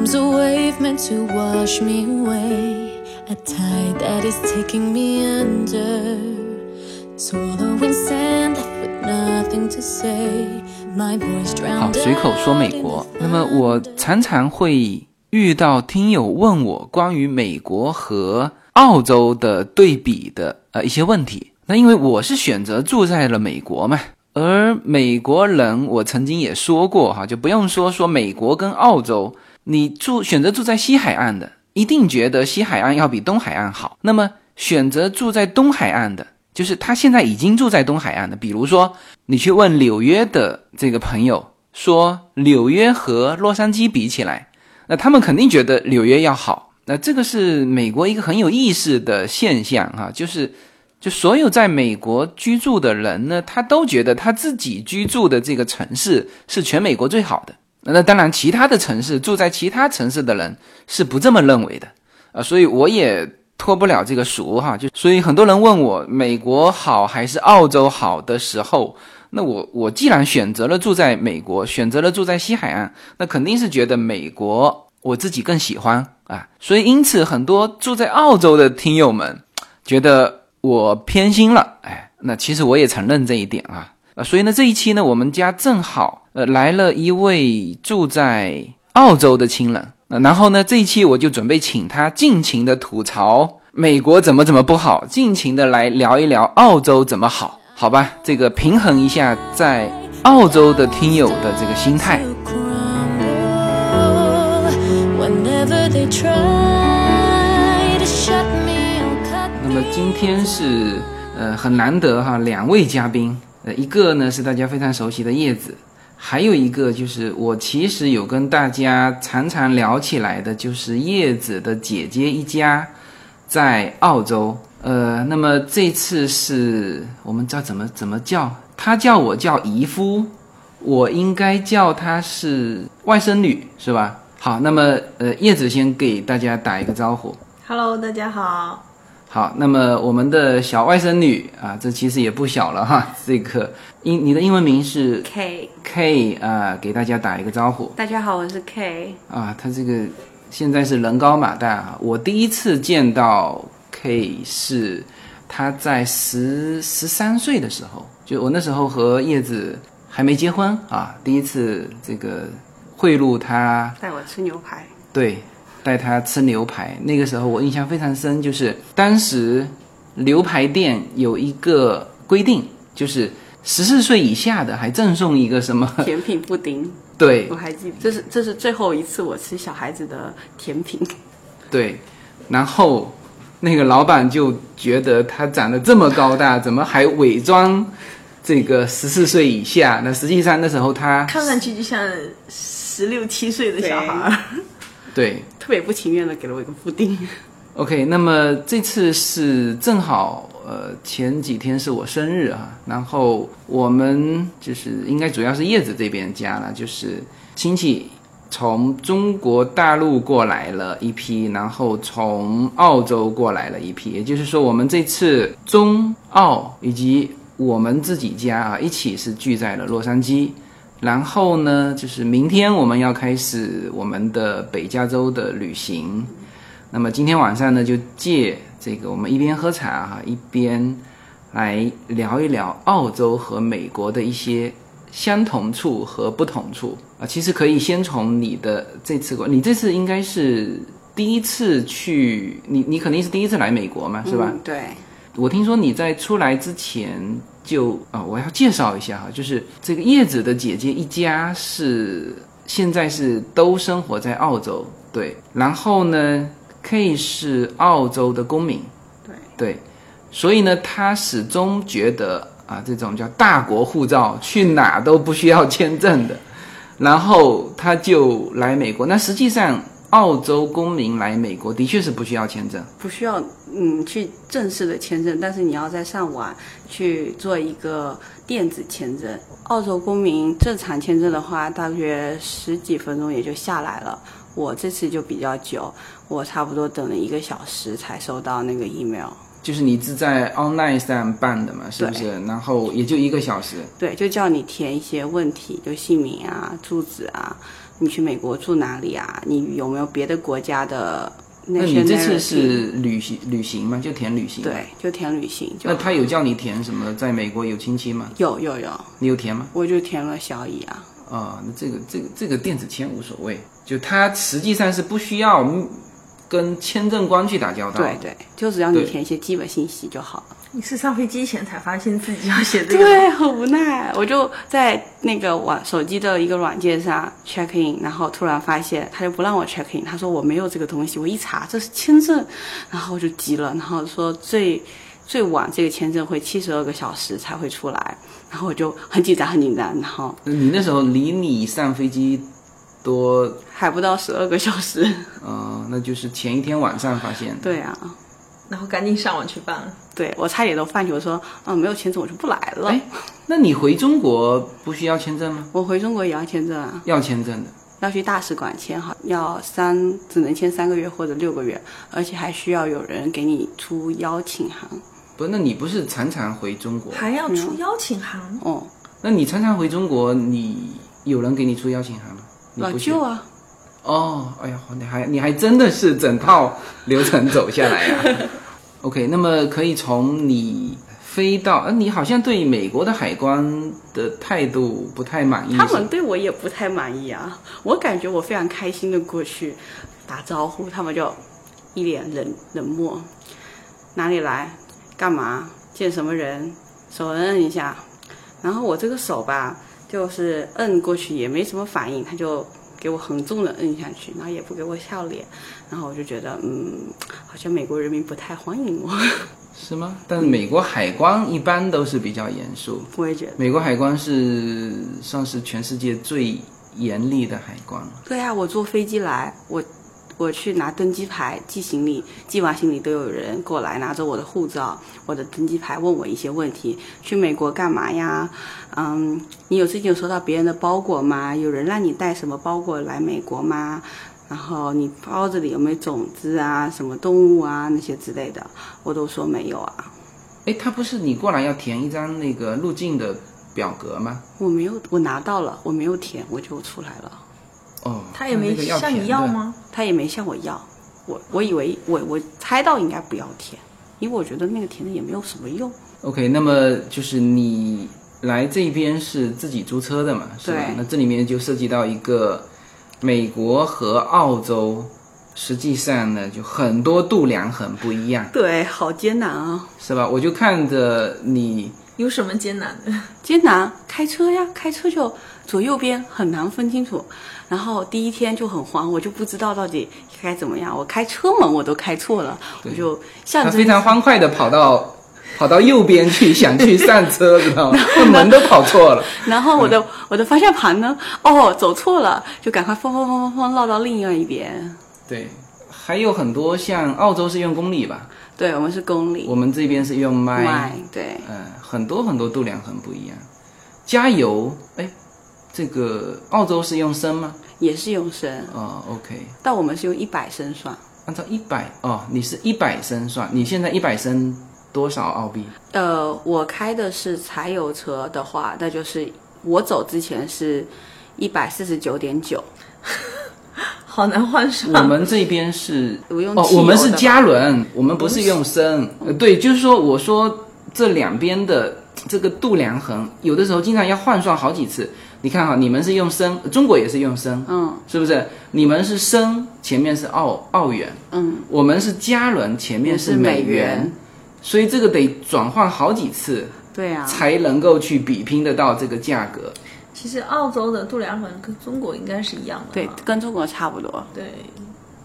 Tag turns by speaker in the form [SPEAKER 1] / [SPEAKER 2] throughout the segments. [SPEAKER 1] was a wave meant to wash me away. A tide that is taking me under. Swallowing sand left with nothing to say. My voice drowned
[SPEAKER 2] 好，随口说美
[SPEAKER 1] out in
[SPEAKER 2] 国
[SPEAKER 1] the。
[SPEAKER 2] 那么我
[SPEAKER 1] thunder.
[SPEAKER 2] 常常会遇到听友问我关于美国和澳洲的对比的呃一些问题。那因为我是选择住在了美国嘛，而美国人我曾经也说过哈，就不用说说美国跟澳洲，你住选择住在西海岸的，一定觉得西海岸要比东海岸好。那么选择住在东海岸的，就是他现在已经住在东海岸的，比如说你去问纽约的这个朋友，说纽约和洛杉矶比起来，那他们肯定觉得纽约要好。那这个是美国一个很有意思的现象哈、就是就所有在美国居住的人呢，他都觉得他自己居住的这个城市是全美国最好的。那那当然，其他的城市住在其他城市的人是不这么认为的啊、所以我也脱不了这个俗哈。就所以很多人问我美国好还是澳洲好的时候，那我我既然选择了住在美国，选择了住在西海岸，那肯定是觉得美国我自己更喜欢啊。所以因此，很多住在澳洲的听友们觉得我偏心了，哎，那其实我也承认这一点啊。呃，所以呢，这一期呢，我们家正好呃来了一位住在澳洲的亲人，呃然后呢，这一期我就准备请他尽情的吐槽美国怎么怎么不好，尽情的来聊一聊澳洲怎么好，好吧？这个平衡一下在澳洲的听友的这个心态。
[SPEAKER 1] To crumble Whenever they try to shut me or cut
[SPEAKER 2] 那么今天是呃很难得哈，两位嘉宾，呃一个呢是大家非常熟悉的叶子，还有一个就是我其实有跟大家常常聊起来的，就是叶子的姐姐一家在澳洲。呃，那么这次是我们叫怎么怎么叫？她叫我叫姨夫，我应该叫她是外甥女是吧？好，那么呃叶子先给大家打一个招呼。
[SPEAKER 3] Hello，大家好。
[SPEAKER 2] 好，那么我们的小外甥女啊，这其实也不小了哈。 这个英，你的英文名是
[SPEAKER 3] K，
[SPEAKER 2] K 啊，给大家打一个招呼
[SPEAKER 3] 大家好，我是 K。
[SPEAKER 2] 啊。她这个现在是人高马大啊。我第一次见到 K 是她在十十三岁的时候，就我那时候和叶子还没结婚啊，第一次这个贿赂她
[SPEAKER 3] 带我吃牛排。
[SPEAKER 2] 对，带他吃牛排。那个时候我印象非常深，就是当时牛排店有一个规定，就是十四岁以下的还赠送一个什么？
[SPEAKER 3] 甜品布丁，
[SPEAKER 2] 对
[SPEAKER 3] 我还记得，这是这是最后一次我吃小孩子的甜品。
[SPEAKER 2] 对，然后那个老板就觉得他长得这么高大，怎么还伪装这个十四岁以下？那实际上那时候他
[SPEAKER 4] 看上去就像十六七岁的小孩儿。
[SPEAKER 2] 对
[SPEAKER 3] 特别不情愿的给了我一个布丁，
[SPEAKER 2] OK，那么这次是正好，呃，前几天是我生日啊，然后我们就是应该主要是叶子这边家了，就是亲戚从中国大陆过来了一批，然后从澳洲过来了一批，也就是说我们这次中澳以及我们自己家啊一起是聚在了洛杉矶。然后呢，就是明天我们要开始我们的北加州的旅行，那么今天晚上呢，就借这个我们一边喝茶哈、一边来聊一聊澳洲和美国的一些相同处和不同处啊。其实可以先从你的这次过，你这次应该是第一次去，你你肯定是第一次来美国嘛，是吧？
[SPEAKER 3] 嗯对，
[SPEAKER 2] 我听说你在出来之前就啊、我要介绍一下哈，就是这个叶子的姐姐一家是现在是都生活在澳洲，对，然后呢，K 是澳洲的公民，
[SPEAKER 3] 对
[SPEAKER 2] 对，所以呢，他始终觉得啊，这种叫大国护照，去哪都不需要签证的，然后他就来美国。那实际上，澳洲公民来美国的确是不需要签证。
[SPEAKER 3] 不需要嗯去正式的签证，但是你要在上网去做一个电子签证。澳洲公民正常签证的话，大约十几分钟也就下来了。我这次就比较久，我差不多等了一个小时才收到那个 email。
[SPEAKER 2] 就是你是在 online 上办的嘛，是不是？然后也就一个小时。
[SPEAKER 3] 对，就叫你填一些问题，就姓名啊、住址啊，你去美国住哪里啊？你有没有别的国家的
[SPEAKER 2] 那
[SPEAKER 3] nationality？
[SPEAKER 2] 你这次是旅行旅行吗？就填旅行。。
[SPEAKER 3] 对，就填旅行，就
[SPEAKER 2] 那他有叫你填什么？在美国有亲戚吗？
[SPEAKER 3] 有有有，
[SPEAKER 2] 你有填吗？
[SPEAKER 3] 我就填了小乙啊。
[SPEAKER 2] 啊、那这个这个这个电子签无所谓，就他实际上是不需要跟签证官去打交道。
[SPEAKER 3] 对啊对，就只要你
[SPEAKER 2] 对
[SPEAKER 3] 填一些基本信息就好了。
[SPEAKER 4] 你是上飞机前才发现自己要写这个？，
[SPEAKER 3] 对，很无奈，我就在那个网手机的一个软件上 check in，然后突然发现他就不让我 check in，他说我没有这个东西，我一查这是签证，然后我就急了，然后说最最晚这个签证会七十二个小时才会出来，然后我就很紧张很紧张，然后
[SPEAKER 2] 你那时候离你上飞机多，
[SPEAKER 3] 还不到十二个小时，
[SPEAKER 2] 呃，那就是前一天晚上发现的。
[SPEAKER 3] 对啊，
[SPEAKER 4] 然后赶紧上网去办了。
[SPEAKER 3] 对我差点都放弃，我说嗯没有签证我就不来了
[SPEAKER 2] 哎，那你回中国不需要签证吗？
[SPEAKER 3] 我回中国也要签证啊。
[SPEAKER 2] 要签证的。
[SPEAKER 3] 要去大使馆签好，要三只能签三个月或者六个月，而且还需要有人给你出邀请函。
[SPEAKER 2] 不，那你不是常常回中国？
[SPEAKER 4] 还要出邀请函，
[SPEAKER 3] 哦，
[SPEAKER 2] 那你常常回中国，你有人给你出邀请函吗？你
[SPEAKER 3] 老
[SPEAKER 2] 不需
[SPEAKER 3] 舅啊，
[SPEAKER 2] 哦，哎呀，你还你还真的是整套流程走下来 啊。OK，那么可以从你飞到，呃，你好像对美国的海关的态度不太满意。
[SPEAKER 3] 他
[SPEAKER 2] 嗯是
[SPEAKER 3] 们
[SPEAKER 2] 吧
[SPEAKER 3] 对我也不太满意啊。我感觉我非常开心的过去打招呼，他们就一脸冷冷漠，哪里来，干嘛，见什么人，手摁一下。然后我这个手吧，就是摁过去也没什么反应，他就给我很重的摁下去，然后也不给我笑脸，然后我就觉得，嗯，好像美国人民不太欢迎我，
[SPEAKER 2] 是吗？但是美国海关一般都是比较严肃，
[SPEAKER 3] 我也觉得。
[SPEAKER 2] 美国海关是算是全世界最严厉的海关了。
[SPEAKER 3] 对啊，我坐飞机来，我我去拿登机牌、寄行李，寄完行李都有人过来拿着我的护照、我的登机牌问我一些问题：去美国干嘛呀？嗯，你有最近有收到别人的包裹吗？有人让你带什么包裹来美国吗？然后你包子里有没有种子啊、什么动物啊那些之类的，我都说没有啊，
[SPEAKER 2] 哎，他不是你过来要填一张那个入境的表格吗？
[SPEAKER 3] 我没有，我拿到了，我没有填，我就出来了。
[SPEAKER 2] 哦，
[SPEAKER 4] 他也没
[SPEAKER 2] 那个要
[SPEAKER 4] 向你
[SPEAKER 2] 填
[SPEAKER 4] 要
[SPEAKER 2] 的？
[SPEAKER 4] 吗？
[SPEAKER 3] 他也没向我要，我我以为我我猜到应该不要填，因为我觉得那个填的也没有什么用。
[SPEAKER 2] OK，那么就是你来这边是自己租车的嘛，是吧
[SPEAKER 3] 对？
[SPEAKER 2] 那这里面就涉及到一个美国和澳洲，实际上呢就很多度量很不一样，
[SPEAKER 3] 对，好艰难啊，
[SPEAKER 2] 是吧？我就看着你，
[SPEAKER 4] 有什么艰难的？
[SPEAKER 3] 艰难！开车呀，开车就左右边很难分清楚。然后第一天就很慌，我就不知道到底该怎么样。我开车门我都开错了，我就象
[SPEAKER 2] 他
[SPEAKER 3] 征
[SPEAKER 2] 非常欢快的跑到 跑到右边去，想去上车，知 道吗？他门都跑错了。
[SPEAKER 3] 然后我的、我的方向盘呢，哦，走错了，就赶快疯疯疯疯疯绕到另外一边。
[SPEAKER 2] 对，还有很多像澳洲是用公里吧，
[SPEAKER 3] 对，我们是公里
[SPEAKER 2] 我们这边是用 mile。
[SPEAKER 3] 迈，对，
[SPEAKER 2] 嗯，很多很多度量衡不一样。加油，哎，这个澳洲是用升吗？
[SPEAKER 3] 也是用升，
[SPEAKER 2] 哦，OK，
[SPEAKER 3] 但我们是用一百升算。
[SPEAKER 2] 按照一百哦，你是一百升算，你现在一百升多少澳币？
[SPEAKER 3] 呃，我开的是柴油车的话，那就是我走之前是一百四十九点九，
[SPEAKER 4] 好难换上。
[SPEAKER 2] 我们这边是
[SPEAKER 3] 我用
[SPEAKER 2] 哦，
[SPEAKER 3] 汽油
[SPEAKER 2] 我们是
[SPEAKER 3] 的吧
[SPEAKER 2] 加仑，我们不是用升。呃，对，就是说，我说这两边的这个度量衡，有的时候经常要换算好几次。你看哈，你们是用升，中国也是用升，
[SPEAKER 3] 嗯，
[SPEAKER 2] 是不是？你们是升，前面是澳澳元，
[SPEAKER 3] 嗯，
[SPEAKER 2] 我们是加仑，前面
[SPEAKER 3] 我们是
[SPEAKER 2] 美
[SPEAKER 3] 美元
[SPEAKER 2] 所以这个得转换好几次
[SPEAKER 3] 对啊，
[SPEAKER 2] 才能够去比拼得到这个价格。
[SPEAKER 4] 其实澳洲的度量衡跟中国应该是一样的
[SPEAKER 3] 对
[SPEAKER 4] 哈，，
[SPEAKER 3] 跟中国差不多。
[SPEAKER 4] 对，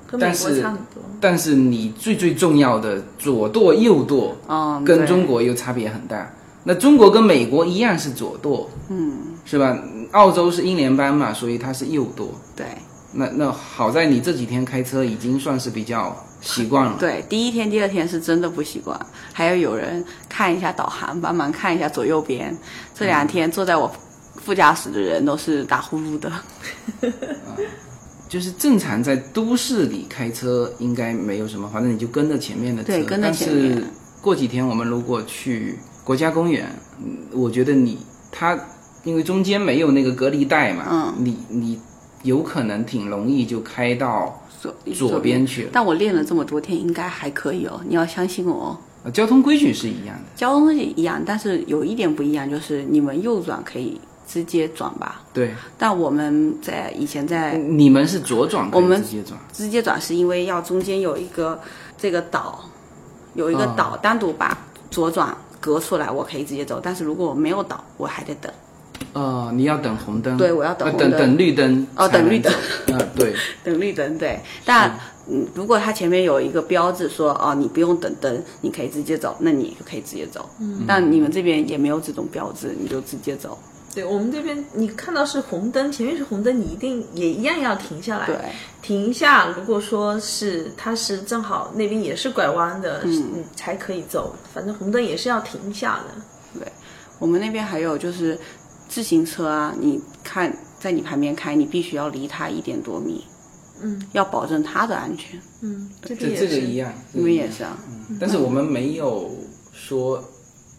[SPEAKER 4] 跟美
[SPEAKER 2] 但
[SPEAKER 4] 国
[SPEAKER 2] 是
[SPEAKER 4] 差很多。
[SPEAKER 2] 但是你最最重要的左舵右舵，
[SPEAKER 3] 嗯，
[SPEAKER 2] 跟
[SPEAKER 3] 对
[SPEAKER 2] 中国又差别很大。那中国跟美国一样是左舵，嗯，是吧？澳洲是英联邦嘛，所以它是右舵。
[SPEAKER 3] 对
[SPEAKER 2] 那那好在你这几天开车已经算是比较习惯了。
[SPEAKER 3] 对，第一天、第二天是真的不习惯，还要有人看一下导航，帮忙看一下左右边。这
[SPEAKER 2] 嗯
[SPEAKER 3] 两天坐在我副驾驶的人都是打呼噜的，
[SPEAKER 2] 就是正常在都市里开车应该没有什么，反正你就跟着前面的车。
[SPEAKER 3] 对跟着前面
[SPEAKER 2] 但是过几天我们如果去国家公园，嗯我觉得你它因为中间没有那个隔离带嘛，
[SPEAKER 3] 嗯
[SPEAKER 2] 你你有可能挺容易就开到
[SPEAKER 3] 左
[SPEAKER 2] 左边去了。
[SPEAKER 3] 但我练了这么多天，应该还可以哦。你要相信我哦。
[SPEAKER 2] 呃交通规矩是一样的。
[SPEAKER 3] 交通是一样，但是有一点不一样，就是你们右转可以直接转吧，
[SPEAKER 2] 对，
[SPEAKER 3] 但我们在以前在
[SPEAKER 2] 你们是左转，
[SPEAKER 3] 哎我们
[SPEAKER 2] 直接转。
[SPEAKER 3] 直接转是因为要中间有一个这个岛，有一个
[SPEAKER 2] 哦
[SPEAKER 3] 岛单独把左转隔出来，我可以直接走。但是如果我没有岛，我还得等。
[SPEAKER 2] 呃，你要等红灯。
[SPEAKER 3] 对我要等
[SPEAKER 2] 呃
[SPEAKER 3] 红
[SPEAKER 2] 等
[SPEAKER 3] 灯
[SPEAKER 2] 绿灯。
[SPEAKER 3] 哦等绿灯。
[SPEAKER 2] 啊、 对，
[SPEAKER 3] 等绿灯，对。但嗯，如果它前面有一个标志说哦，你不用等灯，你可以直接走，那你就可以直接走。嗯。但你们这边也没有这种标志，你就直接走。
[SPEAKER 4] 对我们这边，你看到是红灯，前面是红灯，你一定也一样要停下来。
[SPEAKER 3] 对，
[SPEAKER 4] 停一下。如果说是它是正好那边也是拐弯的，嗯，才可以走。反正红灯也是要停一下的。
[SPEAKER 3] 我们那边还有就是自行车啊，你看在你旁边开，你必须要离它一点多米。嗯。要保证它的安全。
[SPEAKER 4] 嗯，这
[SPEAKER 2] 这
[SPEAKER 4] 边也
[SPEAKER 2] 这
[SPEAKER 4] 是。
[SPEAKER 2] 个一样。嗯
[SPEAKER 3] 你们也是啊？
[SPEAKER 2] 但是我们没有说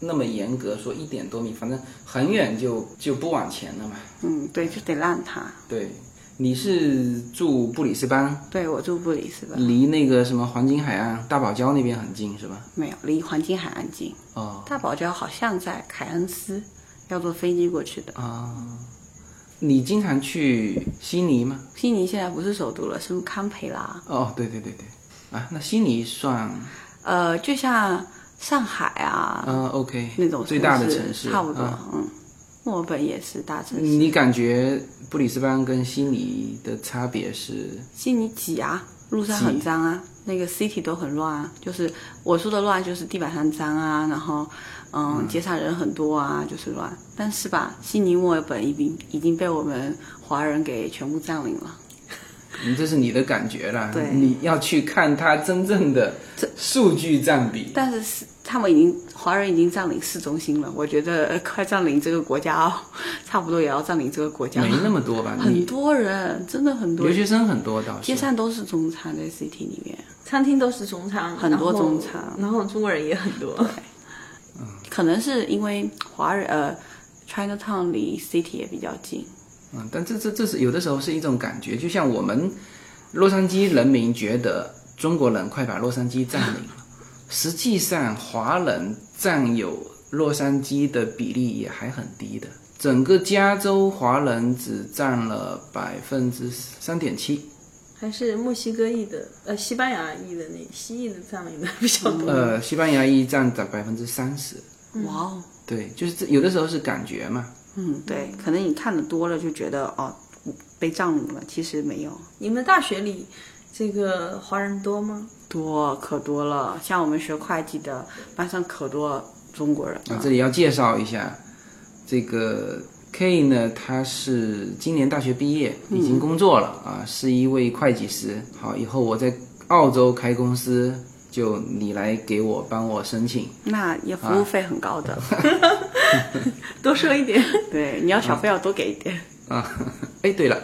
[SPEAKER 2] 那么严格，说一点多米，反正很远就就不往前了嘛。
[SPEAKER 3] 嗯，对，就得让它。
[SPEAKER 2] 对，你是住布里斯班，
[SPEAKER 3] 对我住布里斯本，
[SPEAKER 2] 离那个什么黄金海岸、大堡礁那边很近是吧？
[SPEAKER 3] 没有离黄金海岸近。
[SPEAKER 2] 哦
[SPEAKER 3] 大堡礁好像在凯恩斯，要坐飞机过去的。
[SPEAKER 2] 啊，你经常去悉尼吗？
[SPEAKER 3] 悉尼现在不是首都了，是堪培拉。
[SPEAKER 2] 哦，对对对对，啊，那悉尼算
[SPEAKER 3] 呃，就像上海啊、
[SPEAKER 2] 啊 OK
[SPEAKER 3] 那种
[SPEAKER 2] 最大的
[SPEAKER 3] 城
[SPEAKER 2] 城市，嗯
[SPEAKER 3] 差不多。
[SPEAKER 2] 啊
[SPEAKER 3] 嗯，墨尔本也是大城市。
[SPEAKER 2] 你感觉布里斯班跟悉尼的差别是？
[SPEAKER 3] 悉尼挤啊，路上很脏啊，那个 city 都很乱啊。就是我说的乱，就是地板上脏啊，然后嗯，街上人很多啊，就是乱。但是吧，悉尼、墨尔本已经已经被我们华人给全部占领了。
[SPEAKER 2] 嗯这是你的感觉啦，
[SPEAKER 3] 对
[SPEAKER 2] 你要去看它真正的数据占比。
[SPEAKER 3] 但是是他们已经华人已经占领市中心了，我觉得呃快占领这个国家哦， 差不多也要占领这个国家
[SPEAKER 2] 没
[SPEAKER 3] 了。
[SPEAKER 2] 那么多吧？
[SPEAKER 3] 很
[SPEAKER 2] 你
[SPEAKER 3] 多人，真的很多
[SPEAKER 2] 留，学生很多倒是。
[SPEAKER 3] 街上都是中餐，在 CT 里面，
[SPEAKER 4] 餐厅都是中餐，
[SPEAKER 3] 很多
[SPEAKER 4] 然后
[SPEAKER 3] 中餐
[SPEAKER 4] 然后中国人也很多。
[SPEAKER 3] 可能是因为华人呃 Chinatown 离 CT 也比较近，
[SPEAKER 2] 嗯，但这这这是有的时候是一种感觉，就像我们洛杉矶人民觉得中国人快把洛杉矶占领了，实际上华人占有洛杉矶的比例也还很低的。整个加州华人只占了百分之三点七，
[SPEAKER 4] 还是墨西哥裔的，呃，西班牙裔的那西裔的占领的比较
[SPEAKER 3] 嗯
[SPEAKER 4] 多。
[SPEAKER 2] 呃，西班牙裔占的百分之三十。
[SPEAKER 3] 哇哦，
[SPEAKER 2] 对，就是这有的时候是感觉嘛，
[SPEAKER 3] 嗯，对，可能你看的多了就觉得哦被占领了，其实没有。
[SPEAKER 4] 你们大学里这个华人多吗？
[SPEAKER 3] 多可多了，像我们学会计的班上可多中国人了。
[SPEAKER 2] 啊，这里要介绍一下，这个 K 呢，他是今年大学毕业，已
[SPEAKER 3] 嗯
[SPEAKER 2] 经工作了、啊，是一位会计师。好，以后我在澳洲开公司，就你来给我帮我申请。
[SPEAKER 3] 那也服务费很高
[SPEAKER 2] 啊
[SPEAKER 3] 的，
[SPEAKER 4] 多说 一点，
[SPEAKER 3] 对，你要小费要多给一点，
[SPEAKER 2] 哎，对了，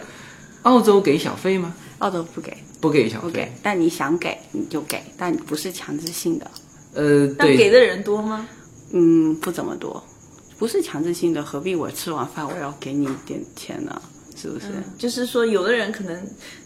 [SPEAKER 2] 澳洲给小费吗？
[SPEAKER 3] 澳洲哦不给，
[SPEAKER 2] 不给小
[SPEAKER 3] 不
[SPEAKER 2] 费
[SPEAKER 3] 给。，但你想给你就给，但不是强制性的，
[SPEAKER 2] 呃，
[SPEAKER 4] 但
[SPEAKER 2] 对，
[SPEAKER 4] 给的人多吗？
[SPEAKER 3] 嗯，不怎么多，不是强制性的，何必我吃完饭我要给你一点钱呢？是不是？
[SPEAKER 4] 就是说，有的人可能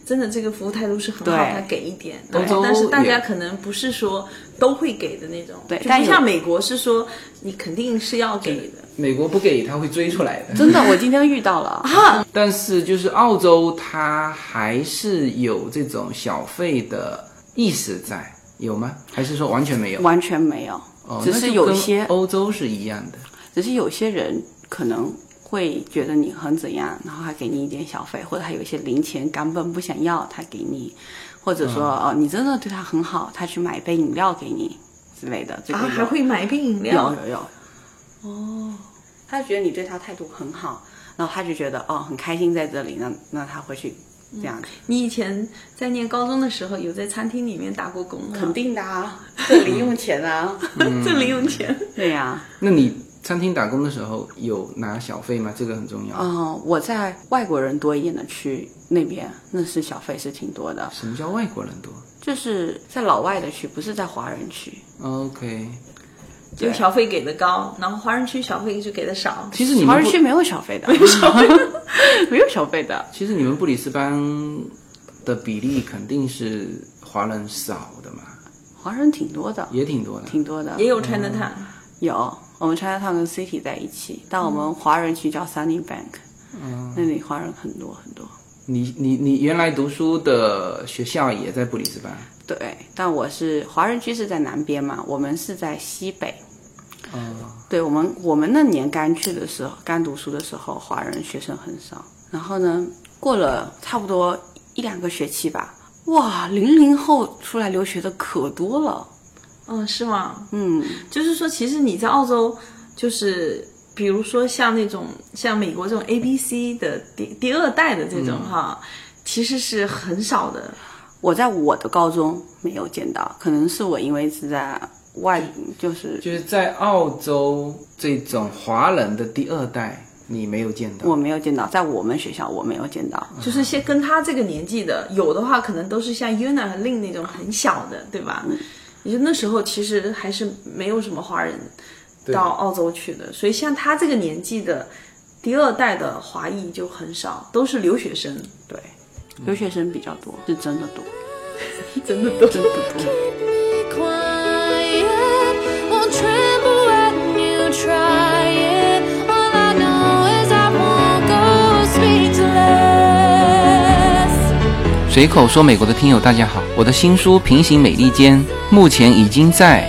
[SPEAKER 4] 真的这个服务态度是很好，
[SPEAKER 3] 对
[SPEAKER 4] 他给一点，
[SPEAKER 2] 欧洲
[SPEAKER 4] 但是大家
[SPEAKER 2] 也
[SPEAKER 4] 可能不是说都会给的那种，
[SPEAKER 3] 对
[SPEAKER 4] 就
[SPEAKER 3] 但
[SPEAKER 4] 不
[SPEAKER 3] 有
[SPEAKER 4] 像美国是说你肯定是要给的，
[SPEAKER 2] 美国不给他会追出来的。
[SPEAKER 3] 真的，我今天遇 到了，
[SPEAKER 4] 啊
[SPEAKER 2] 但是就是澳洲，它还是有这种小费的意识在，有吗？还是说完全没有？
[SPEAKER 3] 完全没有，
[SPEAKER 2] 哦，
[SPEAKER 3] 只
[SPEAKER 2] 那
[SPEAKER 3] 是
[SPEAKER 2] 就
[SPEAKER 3] 有
[SPEAKER 2] 跟
[SPEAKER 3] 些，
[SPEAKER 2] 欧洲是一样的。
[SPEAKER 3] 只是有些人可能。会觉得你很怎样，然后还给你一点小费，或者还有一些零钱根本不想要，他给你，或者说、
[SPEAKER 2] 嗯
[SPEAKER 3] 哦，你真的对他很好，他去买一杯饮料给你之类的，这个
[SPEAKER 4] 啊，
[SPEAKER 3] 有
[SPEAKER 4] 还会买一杯饮料
[SPEAKER 3] 有，有有。哦，他觉得你对他态度很好，然后他就觉得哦很开心在这里，那那他回去这样子，
[SPEAKER 4] 你以前在念高中的时候有在餐厅里面打过工吗？
[SPEAKER 3] 肯定的啊，这零用钱 啊，
[SPEAKER 4] 这零用钱，
[SPEAKER 3] 对呀、
[SPEAKER 2] 那你餐厅打工的时候有拿小费吗？这个很重要。
[SPEAKER 3] 嗯、我在外国人多一点的区那边，那是小费是挺多的，
[SPEAKER 2] 什么叫外国人多
[SPEAKER 3] 就是在老外的区，不是在华人区，
[SPEAKER 2] ？OK，
[SPEAKER 4] 就小费给的高，然后华人区小费就给的少。
[SPEAKER 2] 其实你
[SPEAKER 3] 华
[SPEAKER 2] 们
[SPEAKER 3] 人
[SPEAKER 2] 不
[SPEAKER 3] 区，没有小费的，没有小费， 没有小费的。
[SPEAKER 2] 其实你们布里斯班的比例肯定是华人少的嘛，
[SPEAKER 3] 华人挺多的，
[SPEAKER 2] 也挺多的。
[SPEAKER 3] 挺多的。
[SPEAKER 4] 也有 China Town，
[SPEAKER 3] 有，我们 Chinatown 跟 City 在一起，但我们华人区叫 Sunny Bank，、那里华人很多很多。
[SPEAKER 2] 你你你原来读书的学校也在布里斯班，
[SPEAKER 3] 对，但我是华人区是在南边嘛，我们是在西北。对我们，我们那年刚去的时候，刚读书的时候，华人学生很少。然后呢，过了差不多一两个学期吧，哇，零零后出来留学的可多了。
[SPEAKER 4] 嗯，是吗？
[SPEAKER 3] 嗯，
[SPEAKER 4] 就是说，其实你在澳洲，就是比如说像那种像美国这种 A B C 的第第二代的这种哈，其实是很少的。
[SPEAKER 3] 我在我的高中没有见到，可能是我因为是在外，就是
[SPEAKER 2] 就是在澳洲这种华人的第二代，你没有见到。
[SPEAKER 3] 我没有见到，在我们学校我没有见到。
[SPEAKER 4] 就是些跟他这个年纪的，有的话可能都是像 Yuna 和 Lin 那种很小的，对吧？也就那时候其实还是没有什么华人到澳洲去的，所以像他这个年纪的第二代的华裔就很少，都是留学生，
[SPEAKER 3] 对，留学生比较多，是真的多，
[SPEAKER 4] 真的都
[SPEAKER 3] 真的多。
[SPEAKER 1] Keep me quiet. Won't tremble when you try it. All I know is I won't go speechless.
[SPEAKER 2] 随口说美国的听友，大家好，我的新书《平行美利坚》目前已经在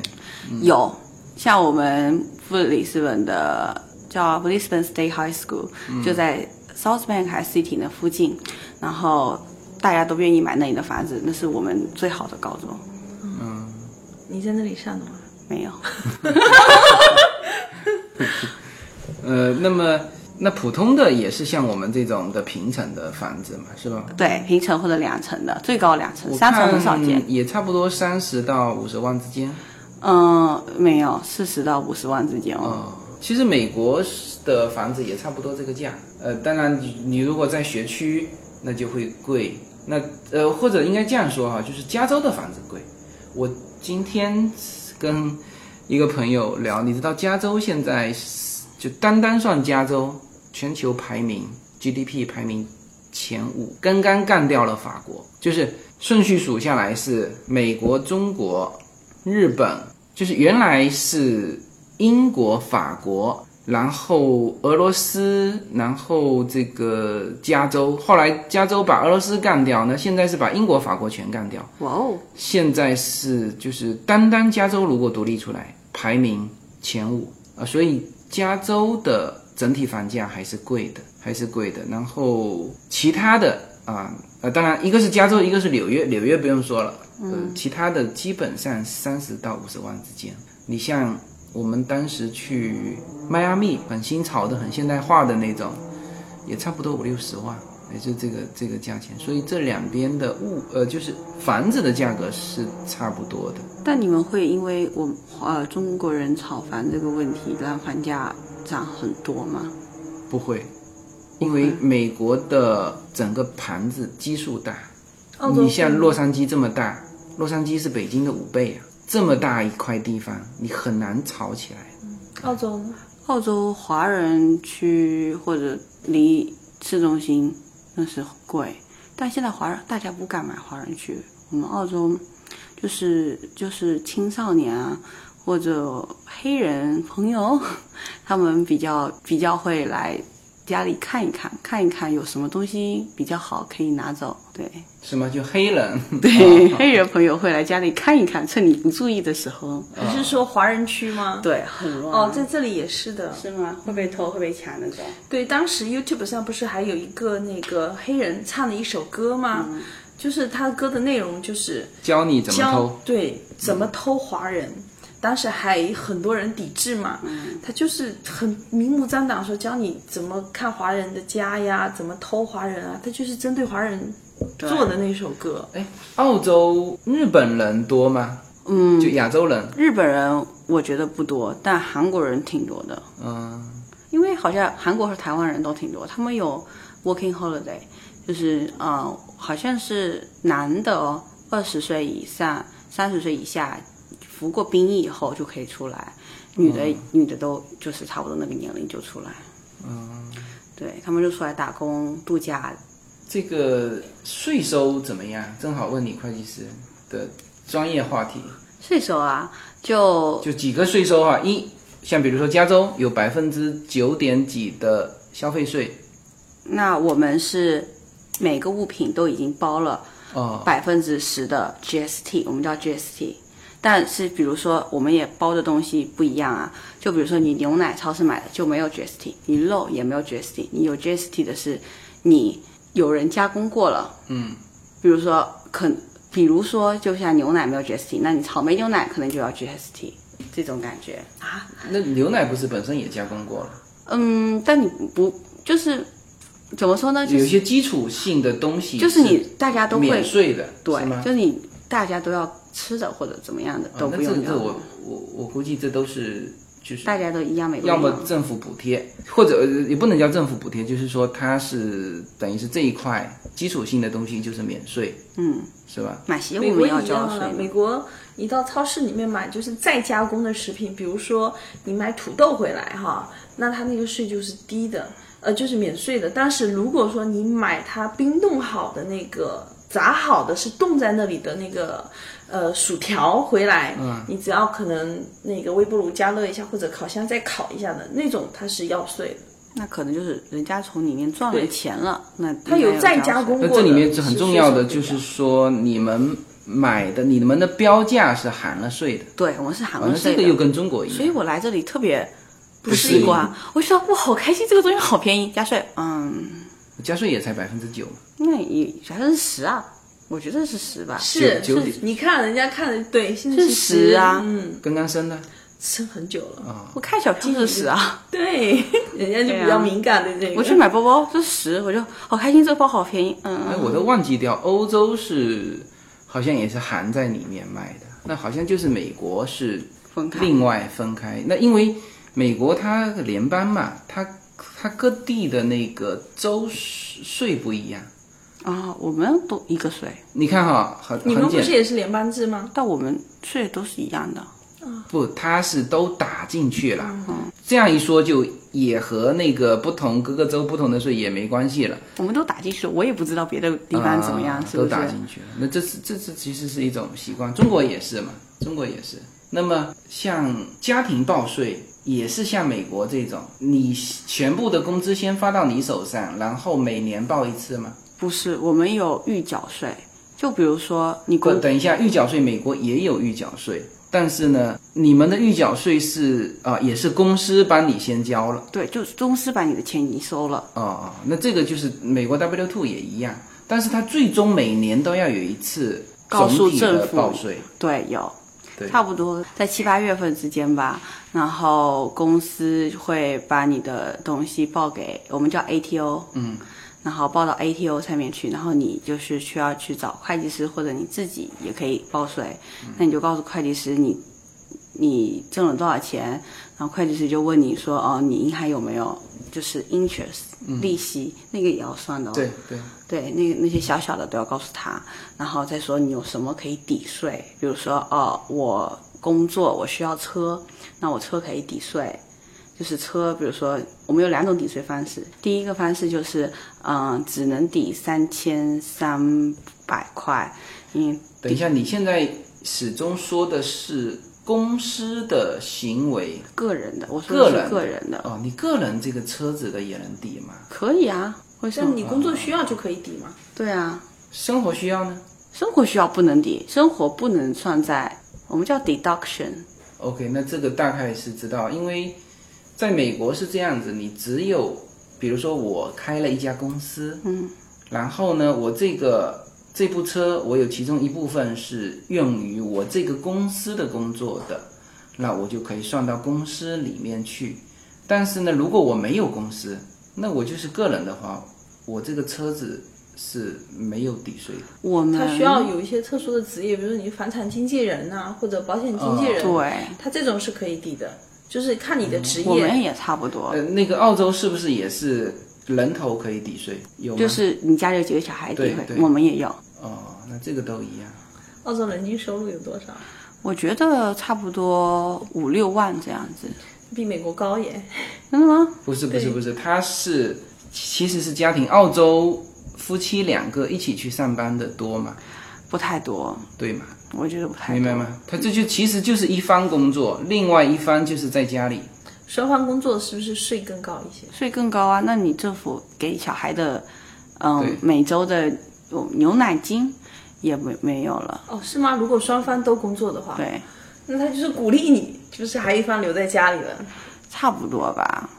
[SPEAKER 3] 有，像我们布里斯本的叫 Brisbane State High School，、就
[SPEAKER 2] 嗯
[SPEAKER 3] 在 South Bank 还是 City 的附近，然后大家都愿意买那里的房子，那是我们最好的高中。
[SPEAKER 4] 你在那里上的吗？
[SPEAKER 3] 没有，
[SPEAKER 2] 呃，那么那普通的也是像我们这种的平层的房子嘛，是吧？
[SPEAKER 3] 对，平层或者两层的，最高两层，
[SPEAKER 2] 我
[SPEAKER 3] 三层很少见
[SPEAKER 2] 看。也差不多三十到五十万之间。
[SPEAKER 3] 嗯，没有，四十到五十万之间哦。
[SPEAKER 2] 哦，其实美国的房子也差不多这个价。呃，当然你你如果在学区，那就会贵。那呃，或者应该这样说哈、就是加州的房子贵。我今天跟一个朋友聊，你知道加州现在是就单单算加州，全球排名 GDP 排名前五，刚刚干掉了法国，就是顺序数下来是美国、中国、日本，就是原来是英国、法国，然后俄罗斯，然后这个加州，后来加州把俄罗斯干掉呢，现在是把英国、法国全干掉，
[SPEAKER 3] 哇哦，
[SPEAKER 2] 现在是就是单单加州如果独立出来，排名前五啊、所以加州的整体房价还是贵的，还是贵的。然后其他的啊呃，当然一个是加州，一个是纽约，纽约不用说了，嗯、其他的基本上三十到五十万之间。你像我们当时去迈阿密，很新潮的、很现代化的那种，也差不多五六十万，也就这个这个价钱。所以这两边的物呃，就是房子的价格是差不多的。
[SPEAKER 3] 但你们会因为我呃中国人炒房这个问题让房价涨很多吗？
[SPEAKER 2] 不会，因为美国的整个盘子基数大，
[SPEAKER 4] 澳洲
[SPEAKER 2] 你像洛杉矶这么大，洛杉矶是北京的五倍啊，这么大一块地方，你很难炒起来。
[SPEAKER 4] 澳洲呢？
[SPEAKER 3] 澳洲华人区或者离市中心那是贵，但现在华人大家不敢买华人区，我们澳洲就是就是青少年啊，或者黑人朋友， 他们比较比较会来家里看一看，看一看有什么东西比较好可以拿走。对
[SPEAKER 2] 什么就黑人？哦
[SPEAKER 3] 对，黑人朋友会来家里看一看，趁你不注意的时候。
[SPEAKER 4] 你是说华人区吗？
[SPEAKER 3] 对，很乱。
[SPEAKER 4] 哦，在这里也是的。
[SPEAKER 3] 是吗？会被偷，会被抢那种。
[SPEAKER 4] 对，当时 YouTube 上不是还有一个那个黑人唱的一首歌吗？就是他歌的内容就是
[SPEAKER 2] 教你怎么
[SPEAKER 4] 教
[SPEAKER 2] 偷？嗯
[SPEAKER 4] 对怎么偷华人。当时还很多人抵制嘛，
[SPEAKER 2] 嗯
[SPEAKER 4] 他就是很明目张胆说教你怎么看华人的家呀，怎么偷华人啊，他就是针对华人做的那首歌。
[SPEAKER 2] 哎，澳洲日本人多吗？嗯，就亚洲人。
[SPEAKER 3] 日本人我觉得不多，但韩国人挺多的。
[SPEAKER 2] 嗯，
[SPEAKER 3] 因为好像韩国和台湾人都挺多，他们有 working holiday，就是呃，好像是男的哦，二十岁以上、三十岁以下服过兵役以后就可以出来，女的、女的都就是差不多那个年龄就出来。嗯，对他们就出来打工度假。
[SPEAKER 2] 这个税收怎么样？正好问你会计师的专业话题，
[SPEAKER 3] 税收啊，就
[SPEAKER 2] 就几个税收哈、一像比如说加州有百分之九点几的消费税
[SPEAKER 3] 那我们是每个物品都已经包了。
[SPEAKER 2] 哦，
[SPEAKER 3] 百分之十的 GST，我们叫 GST。但是比如说，我们也包的东西不一样啊。就比如说，你牛奶超市买的就没有 GST，你肉也没有 GST，你有 GST 的是你有人加工过了。
[SPEAKER 2] 嗯，
[SPEAKER 3] 比如说肯，比如说就像牛奶没有 GST，那你草莓牛奶可能就要 GST 这种感觉。
[SPEAKER 2] 那牛奶不是本身也加工过了？
[SPEAKER 3] 嗯，但你不就是怎么说呢？就
[SPEAKER 2] 有一
[SPEAKER 3] 是
[SPEAKER 2] 些基础性的东西
[SPEAKER 3] 就是你大家都
[SPEAKER 2] 免
[SPEAKER 3] 会
[SPEAKER 2] 税的，
[SPEAKER 3] 对
[SPEAKER 2] 是，吗？
[SPEAKER 3] 就是你大家都要吃的或者怎么样的、都
[SPEAKER 2] 啊那
[SPEAKER 3] 不
[SPEAKER 2] 这
[SPEAKER 3] 用
[SPEAKER 2] 个这
[SPEAKER 3] 交
[SPEAKER 2] 个我我我估计这都是就是
[SPEAKER 3] 大家都一样，美国
[SPEAKER 2] 要
[SPEAKER 3] 一
[SPEAKER 2] 么
[SPEAKER 3] 样
[SPEAKER 2] 政府补贴，或者呃也不能叫政府补贴，就是说它是等于是这一块基础性的东西就是免税，
[SPEAKER 3] 嗯，
[SPEAKER 2] 是吧？
[SPEAKER 3] 买鞋
[SPEAKER 4] 美
[SPEAKER 3] 我
[SPEAKER 4] 国
[SPEAKER 3] 们
[SPEAKER 4] 一
[SPEAKER 3] 要
[SPEAKER 4] 样
[SPEAKER 3] 交税
[SPEAKER 4] 啊，美国你到超市里面买就是再加工的食品，比如说你买土豆回来哈，那它那个税就是低的，呃，就是免税的。但是如果说你买它冰冻好的那个炸好的是冻在那里的那个呃薯条回来，嗯，你只要可能那个微波炉加热一下或者烤箱再烤一下的那种，它是要税的。
[SPEAKER 3] 那可能就是人家从里面赚了钱了，那
[SPEAKER 4] 它有再加
[SPEAKER 3] 交
[SPEAKER 4] 工
[SPEAKER 3] 税
[SPEAKER 2] 那
[SPEAKER 4] 过
[SPEAKER 2] 这
[SPEAKER 4] 的，
[SPEAKER 2] 里面很重要的就是是说你们买的你们的标价是含了税的，
[SPEAKER 3] 对，我们是含
[SPEAKER 2] 完
[SPEAKER 3] 了
[SPEAKER 2] 了啊这
[SPEAKER 3] 税
[SPEAKER 2] 个又
[SPEAKER 3] 的。
[SPEAKER 2] 跟中国一
[SPEAKER 3] 所以
[SPEAKER 2] 样，
[SPEAKER 3] 我来这里特别不
[SPEAKER 2] 适
[SPEAKER 3] 适
[SPEAKER 2] 应
[SPEAKER 3] 应啊！我就说哇，好开心，这个东西好便宜，加税，嗯，
[SPEAKER 2] 加税也才百分之九，
[SPEAKER 3] 那也百分之十啊，我觉得是十吧，
[SPEAKER 4] 是
[SPEAKER 2] 九九
[SPEAKER 4] 是，你看人家看的对，现在
[SPEAKER 3] 是
[SPEAKER 4] 十
[SPEAKER 3] 十啊
[SPEAKER 4] 嗯，
[SPEAKER 2] 刚刚升的
[SPEAKER 4] 吃很久了。
[SPEAKER 2] 啊、
[SPEAKER 3] 我看小票是十啊，
[SPEAKER 4] 对，人家就比较敏感对这个。
[SPEAKER 3] 我去买包包是十，我就好开心，这个包好便宜，
[SPEAKER 2] 哎，
[SPEAKER 3] 嗯，
[SPEAKER 2] 我都忘记掉，欧洲是好像也是含在里面卖的，那好像就是美国是
[SPEAKER 3] 分开，
[SPEAKER 2] 另外分开。那因为美国它联邦嘛，它它各地的那个州税不一样。
[SPEAKER 3] 啊，我们都一个税，
[SPEAKER 2] 你看哈，很
[SPEAKER 4] 你们
[SPEAKER 2] 很
[SPEAKER 4] 不
[SPEAKER 2] 简
[SPEAKER 4] 是也是联邦制吗？
[SPEAKER 3] 但我们税都是一样的，
[SPEAKER 2] 不，它是都打进去了。
[SPEAKER 3] 嗯
[SPEAKER 2] 嗯这样一说，就也和那个不同各个州不同的税也没关系了。
[SPEAKER 3] 我们都打进去，我也不知道别的地方怎么样，
[SPEAKER 2] 啊
[SPEAKER 3] 是不
[SPEAKER 2] 都打
[SPEAKER 3] 是？
[SPEAKER 2] 进去了。那这是这这其实是一种习惯，中国也是嘛，中国也是。那么像家庭报税也是像美国这种，你全部的工资先发到你手上，然后每年报一次吗？
[SPEAKER 3] 不是，我们有预缴税，就比如说你
[SPEAKER 2] 不，
[SPEAKER 3] 工
[SPEAKER 2] 等一下，预缴税美国也有预缴税，但是呢，你们的预缴税是啊、也是公司帮你先交了。
[SPEAKER 3] 对，就是公司把你的钱已经收了，
[SPEAKER 2] 哦哦，那这个就是美国 W two 也一样，但是它最终每年都要有一次
[SPEAKER 3] 告诉
[SPEAKER 2] 总体的
[SPEAKER 3] 政府
[SPEAKER 2] 报税。
[SPEAKER 3] 对，有
[SPEAKER 2] 对，
[SPEAKER 3] 差不多在七八月份之间吧，然后公司会把你的东西报给我们叫 ATO，
[SPEAKER 2] 嗯，
[SPEAKER 3] 然后报到 ATO 上面去，然后你就是需要去找会计师或者你自己也可以报税，
[SPEAKER 2] 嗯
[SPEAKER 3] 那你就告诉会计师你你挣了多少钱，然后会计师就问你说哦你银行有没有就是 interest 利息、那个也要算的哦，
[SPEAKER 2] 嗯对对，
[SPEAKER 3] 对，那那些小小的都要告诉他，然后再说你有什么可以抵税，比如说哦，我工作我需要车，那我车可以抵税，就是车，比如说我们有两种抵税方式，第一个方式就是嗯、呃只能抵三千三百块，嗯，
[SPEAKER 2] 等一下，你现在始终说的是公司的行为
[SPEAKER 3] 个人的，我说的
[SPEAKER 2] 个人
[SPEAKER 3] 是个人的，
[SPEAKER 2] 哦，你个人这个车子的也能抵吗？
[SPEAKER 3] 可以啊，为什
[SPEAKER 4] 但
[SPEAKER 3] 么？
[SPEAKER 4] 你工作需要就可以抵嘛。
[SPEAKER 3] 对啊，
[SPEAKER 2] 生活需要呢
[SPEAKER 3] 生活需要不能抵，生活不能算在我们叫 deduction，
[SPEAKER 2] ？OK，那这个大概是知道，因为在美国是这样子，你只有比如说我开了一家公司，嗯，然后呢，我这个这部车我有其中一部分是用于我这个公司的工作的，那我就可以算到公司里面去。但是呢，如果我没有公司，那我就是个人的话，我这个车子是没有抵税的。
[SPEAKER 3] 我们
[SPEAKER 4] 他需要有一些特殊的职业，比如说你是房产经纪人呐、或者保险经纪人，
[SPEAKER 3] 对，
[SPEAKER 4] 他这种是可以抵的，就是看你的职
[SPEAKER 3] 我们
[SPEAKER 4] 业。
[SPEAKER 3] 也差不多
[SPEAKER 2] 呃，，那个澳洲是不是也是人头可以抵税？有吗？
[SPEAKER 3] 就是你家里有几个小孩
[SPEAKER 2] 对
[SPEAKER 3] 抵会
[SPEAKER 2] 对，
[SPEAKER 3] 我们也有。
[SPEAKER 2] 哦，那这个都一样。
[SPEAKER 4] 澳洲人均收入有多少？
[SPEAKER 3] 我觉得差不多五六万这样子，
[SPEAKER 4] 比美国高耶。
[SPEAKER 3] 真的吗？
[SPEAKER 2] 不是不是不是，他是其实是家庭，澳洲夫妻两个一起去上班的多嘛，
[SPEAKER 3] 不太多，
[SPEAKER 2] 对嘛？
[SPEAKER 3] 我觉得不太多。
[SPEAKER 2] 明白？吗？他这就其实就是一方工作，另外一方就是在家里。
[SPEAKER 4] 双方工作是不是税更高一些？
[SPEAKER 3] 税更高啊，那你政府给小孩的，
[SPEAKER 2] 对
[SPEAKER 3] 嗯，每周的哦牛奶金也没没有了。
[SPEAKER 4] 哦，是吗？如果双方都工作的话，
[SPEAKER 3] 对，
[SPEAKER 4] 那他就是鼓励你，就是还一方留在家里了。
[SPEAKER 3] 差不多吧。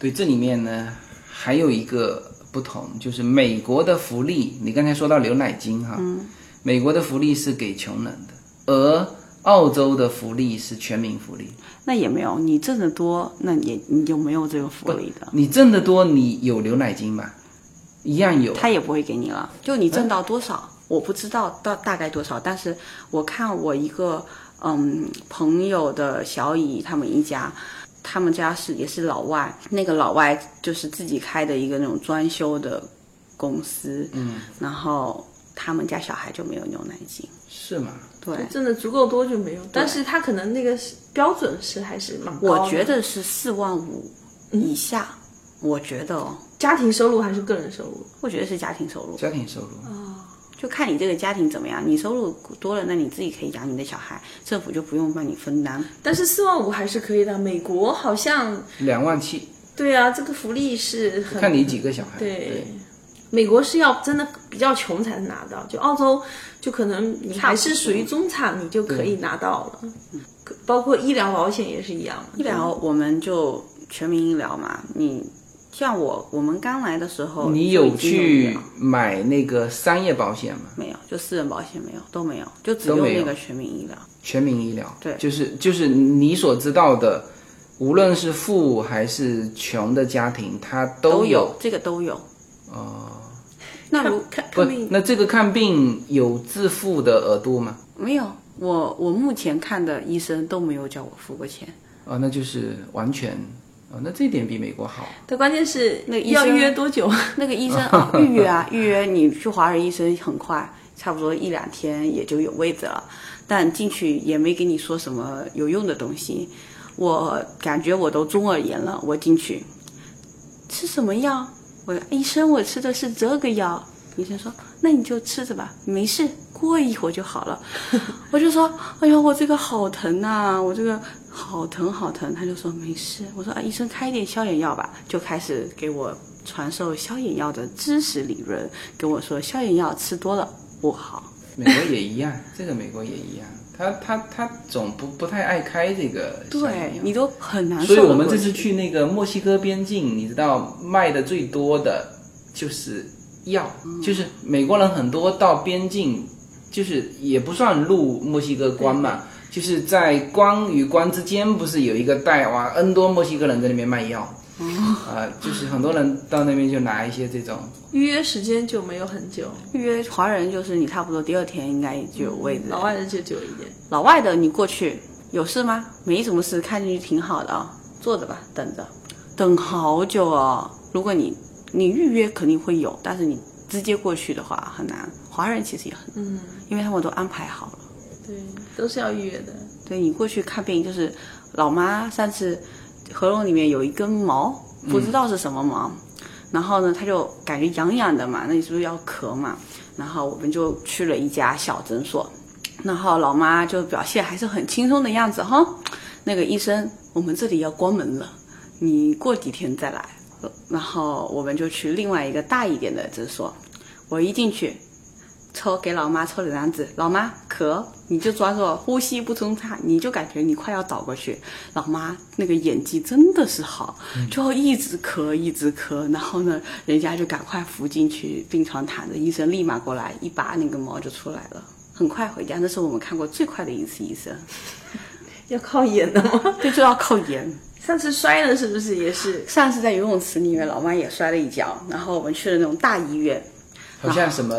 [SPEAKER 2] 对，这里面呢还有一个不同，就是美国的福利，你刚才说到牛奶金哈，
[SPEAKER 3] 嗯
[SPEAKER 2] 美国的福利是给穷人的，而澳洲的福利是全民福利。
[SPEAKER 3] 那也没有，你挣得多，那也你就没有这个福利的，
[SPEAKER 2] 你挣得多，你有牛奶金吧？一样有。
[SPEAKER 3] 他也不会给你了。就你挣到多少，我不知道到大概多少，但是我看我一个嗯朋友的小姨他们一家。他们家是也是老外，那个老外就是自己开的一个那种装修的公司，嗯，然后他们家小孩就没有牛奶金，
[SPEAKER 2] 是吗？
[SPEAKER 3] 对，
[SPEAKER 4] 挣的足够多就没有，但是他可能那个是标准是还是蛮高的。
[SPEAKER 3] 我觉得是四万五以下，我觉得哦，
[SPEAKER 4] 家庭收入还是个人收入，
[SPEAKER 3] 我觉得是家庭收入，
[SPEAKER 2] 家庭收入，
[SPEAKER 3] 就看你这个家庭怎么样，你收入多了，那你自己可以养你的小孩，政府就不用帮你分担。
[SPEAKER 4] 但是四万五还是可以的。美国好像
[SPEAKER 2] 两万七，
[SPEAKER 4] 对啊，这个福利是很
[SPEAKER 2] 看你几个小孩。
[SPEAKER 4] 对，美国是要真的比较穷才能拿到，就澳洲就可能你还是属于中产，你就可以拿到了。嗯可包括医疗保险也是一样嘛，
[SPEAKER 3] 医疗
[SPEAKER 2] 嗯
[SPEAKER 3] 我们就全民医疗嘛，你像我，我们刚来的时候，
[SPEAKER 2] 你
[SPEAKER 3] 就
[SPEAKER 2] 有
[SPEAKER 3] 已经有医
[SPEAKER 2] 去
[SPEAKER 3] 疗
[SPEAKER 2] 买那个商业保险吗？
[SPEAKER 3] 没有？就私人保险没有，都没有，就只
[SPEAKER 2] 都
[SPEAKER 3] 用
[SPEAKER 2] 没有
[SPEAKER 3] 那个全民医疗。
[SPEAKER 2] 全民医疗，
[SPEAKER 3] 对
[SPEAKER 2] 就是就是你所知道的，无论是富还是穷的家庭，他
[SPEAKER 3] 都
[SPEAKER 2] 都有。
[SPEAKER 3] 这个都有。哦，那如
[SPEAKER 4] 看
[SPEAKER 2] 不
[SPEAKER 4] 看病，
[SPEAKER 2] 那这个看病有自付的额度吗？
[SPEAKER 3] 没有我，我目前看的医生都没有叫我付过钱。
[SPEAKER 2] 啊、那就是完全啊、哦那这点比美国好。
[SPEAKER 4] 但关键是
[SPEAKER 3] 那医
[SPEAKER 4] 要
[SPEAKER 3] 生
[SPEAKER 4] 约多久？
[SPEAKER 3] 那个医生啊，预约啊，预约你去华尔医生很快，差不多一两天也就有位置了。但进去也没给你说什么有用的东西，我感觉我都中耳炎了，我进去吃什么药？我医生，我吃的是这个药。医生说：“那你就吃着吧，没事，过一会儿就好了。”我就说：“哎呀，我这个好疼呐、我这个好疼好疼。”他就说：“没事。”我说：“啊，医生开一点消炎药吧。”就开始给我传授消炎药的知识理论，跟我说消炎药吃多了不好。
[SPEAKER 2] 美国也一样，这个美国也一样，他他他总不不太爱开这个啊小饮
[SPEAKER 3] 对
[SPEAKER 2] 料
[SPEAKER 3] 你都很难受
[SPEAKER 2] 所
[SPEAKER 3] 得
[SPEAKER 2] 以
[SPEAKER 3] 过去。
[SPEAKER 2] 我们这次去那个墨西哥边境，你知道卖的最多的就是药，
[SPEAKER 3] 嗯
[SPEAKER 2] 就是美国人很多到边境，就是也不算入墨西哥关嘛，就是在关与关之间，不是有一个带哇 N 多墨西哥人在那边卖药，
[SPEAKER 3] 哦
[SPEAKER 2] 啊、就是很多人到那边就拿一些这种，
[SPEAKER 4] 预约时间就没有很久，
[SPEAKER 3] 预约华人就是你差不多第二天应该就有位置了。
[SPEAKER 4] 老外的就久一点。
[SPEAKER 3] 老外的你过去有事吗？没什么事，看进去挺好的啊、坐着吧，等着，等好久哦。如果你你预约肯定会有，但是你直接过去的话很难。华人其实也很难，
[SPEAKER 4] 嗯，
[SPEAKER 3] 因为他们都安排好了。
[SPEAKER 4] 对，都是要预约的。
[SPEAKER 3] 对你过去看病就是，老妈上次喉咙里面有一根毛，不知道是什么毛，然后呢，她就感觉痒痒的嘛，那你是不是要咳嘛？然后我们就去了一家小诊所，然后老妈就表现还是很轻松的样子哈。那个医生，我们这里要关门了，你过几天再来。然后我们就去另外一个大一点的诊所，我一进去，抽给老妈抽两张纸，老妈咳，你就抓着呼吸不通畅，你就感觉你快要倒过去。老妈那个演技真的是好，就一直咳一直咳，然后呢，人家就赶快扶进去病床躺着，医生立马过来一拔那个毛就出来了，很快回家。那是我们看过最快的一次医生，
[SPEAKER 4] 要靠演的吗？
[SPEAKER 3] 这就要靠颜。
[SPEAKER 4] 上次摔了是不是也是？
[SPEAKER 3] 上次在游泳池里面，老妈也摔了一跤，然后我们去了那种大医院，
[SPEAKER 2] 好
[SPEAKER 3] 啊
[SPEAKER 2] 像什么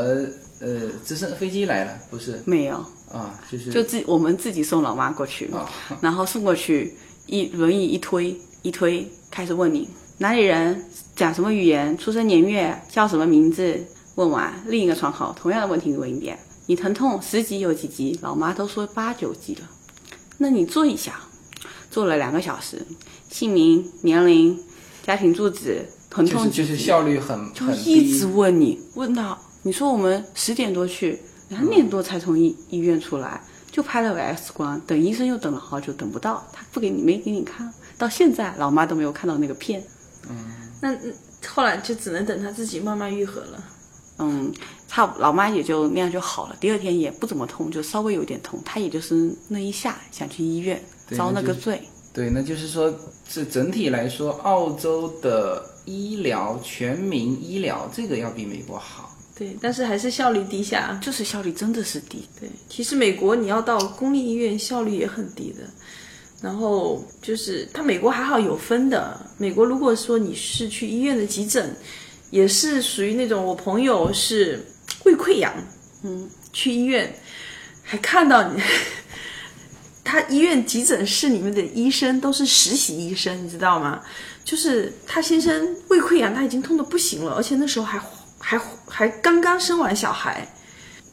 [SPEAKER 2] 呃，直升飞机来了，不是
[SPEAKER 3] 没有，
[SPEAKER 2] 啊，就是
[SPEAKER 3] 就自我们自己送老妈过去，
[SPEAKER 2] 啊，
[SPEAKER 3] 然后送过去，一轮椅一推一推，开始问你哪里人，讲什么语言，出生年月，叫什么名字，问完另一个窗口同样的问题问一遍，你疼痛十级有几级？老妈都说八九级了，那你坐一下，坐了两个小时，姓名、年龄、家庭住址、疼
[SPEAKER 2] 就
[SPEAKER 3] 痛
[SPEAKER 2] 是
[SPEAKER 3] 几级、
[SPEAKER 2] 就是效率很
[SPEAKER 3] 就
[SPEAKER 2] 很
[SPEAKER 3] 一
[SPEAKER 2] 低，
[SPEAKER 3] 直问你，问到你说我们十点多去，两点多才从医医院出来，就拍了个 X 光，等医生又等了好久，等不到，他不给你没给你看，到现在老妈都没有看到那个片。
[SPEAKER 4] 那嗯后来就只能等他自己慢慢愈合了。
[SPEAKER 3] 嗯，差不老妈也就那样就好了，第二天也不怎么痛，就稍微有点痛，她也就是那一下想去医院
[SPEAKER 2] 对
[SPEAKER 3] 遭
[SPEAKER 2] 那
[SPEAKER 3] 那
[SPEAKER 2] 就
[SPEAKER 3] 个
[SPEAKER 2] 是
[SPEAKER 3] 罪。
[SPEAKER 2] 对，那就是说，这整体来说，澳洲的医疗全民医疗这个要比美国好，
[SPEAKER 4] 对，但是还是效率低下。
[SPEAKER 3] 就是效率真的是低，
[SPEAKER 4] 对，其实美国你要到公立医院效率也很低的。然后就是，它美国还好有分的。美国如果说你是去医院的急诊，也是属于那种我朋友是胃溃疡，嗯，去医院还看到你， 他医院急诊室里面的医生都是实习医生，你知道吗？就是他先生胃溃疡，他已经痛得不行了，而且那时候还还还刚刚生完小孩，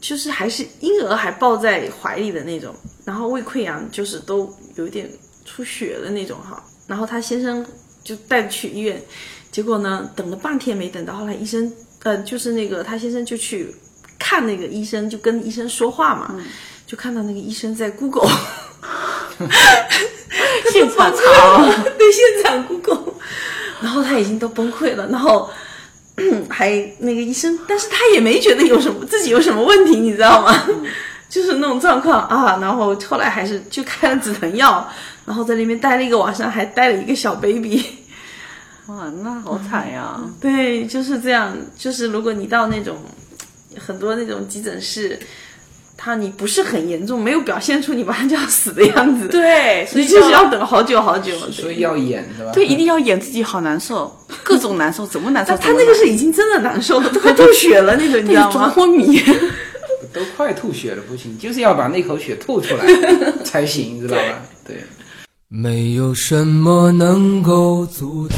[SPEAKER 4] 就是还是婴儿还抱在怀里的那种，然后胃溃疡就是都有一点出血的那种哈。然后他先生就带去医院，结果呢等了半天没等到，后来医生呃就是那个他先生就去看那个医生，就跟医生说话嘛，
[SPEAKER 3] 嗯
[SPEAKER 4] 就看到那个医生在 Google
[SPEAKER 3] 现场查哦。
[SPEAKER 4] 对现场 Google，然后他已经都崩溃了，然后。 还那个医生，但是他也没觉得有什么自己有什么问题，你知道吗？
[SPEAKER 3] 嗯
[SPEAKER 4] 就是那种状况啊，然后后来还是就开了止疼药，然后在那边待了一个晚上，还带了一个小 baby。
[SPEAKER 3] 哇，那好惨呀！
[SPEAKER 4] 对，就是这样。就是如果你到那种很多那种急诊室，他你不是很严重，没有表现出你马上就要死的样子，，
[SPEAKER 3] 对，所
[SPEAKER 4] 你
[SPEAKER 3] 以
[SPEAKER 4] 就是要等好久好久。
[SPEAKER 2] 所以要演是吧？
[SPEAKER 3] 对，一定要演自己好难受，各种难受，怎么难受？
[SPEAKER 4] 他他
[SPEAKER 3] 怎么
[SPEAKER 4] 那
[SPEAKER 3] 难
[SPEAKER 4] 个是已经真的难受了，都快吐血了那种，你知道吗？
[SPEAKER 3] 昏迷。
[SPEAKER 2] 都快吐血了，不行，就是要把那口血吐出来才行，知道吧？对。
[SPEAKER 5] 没有什么能够阻挡。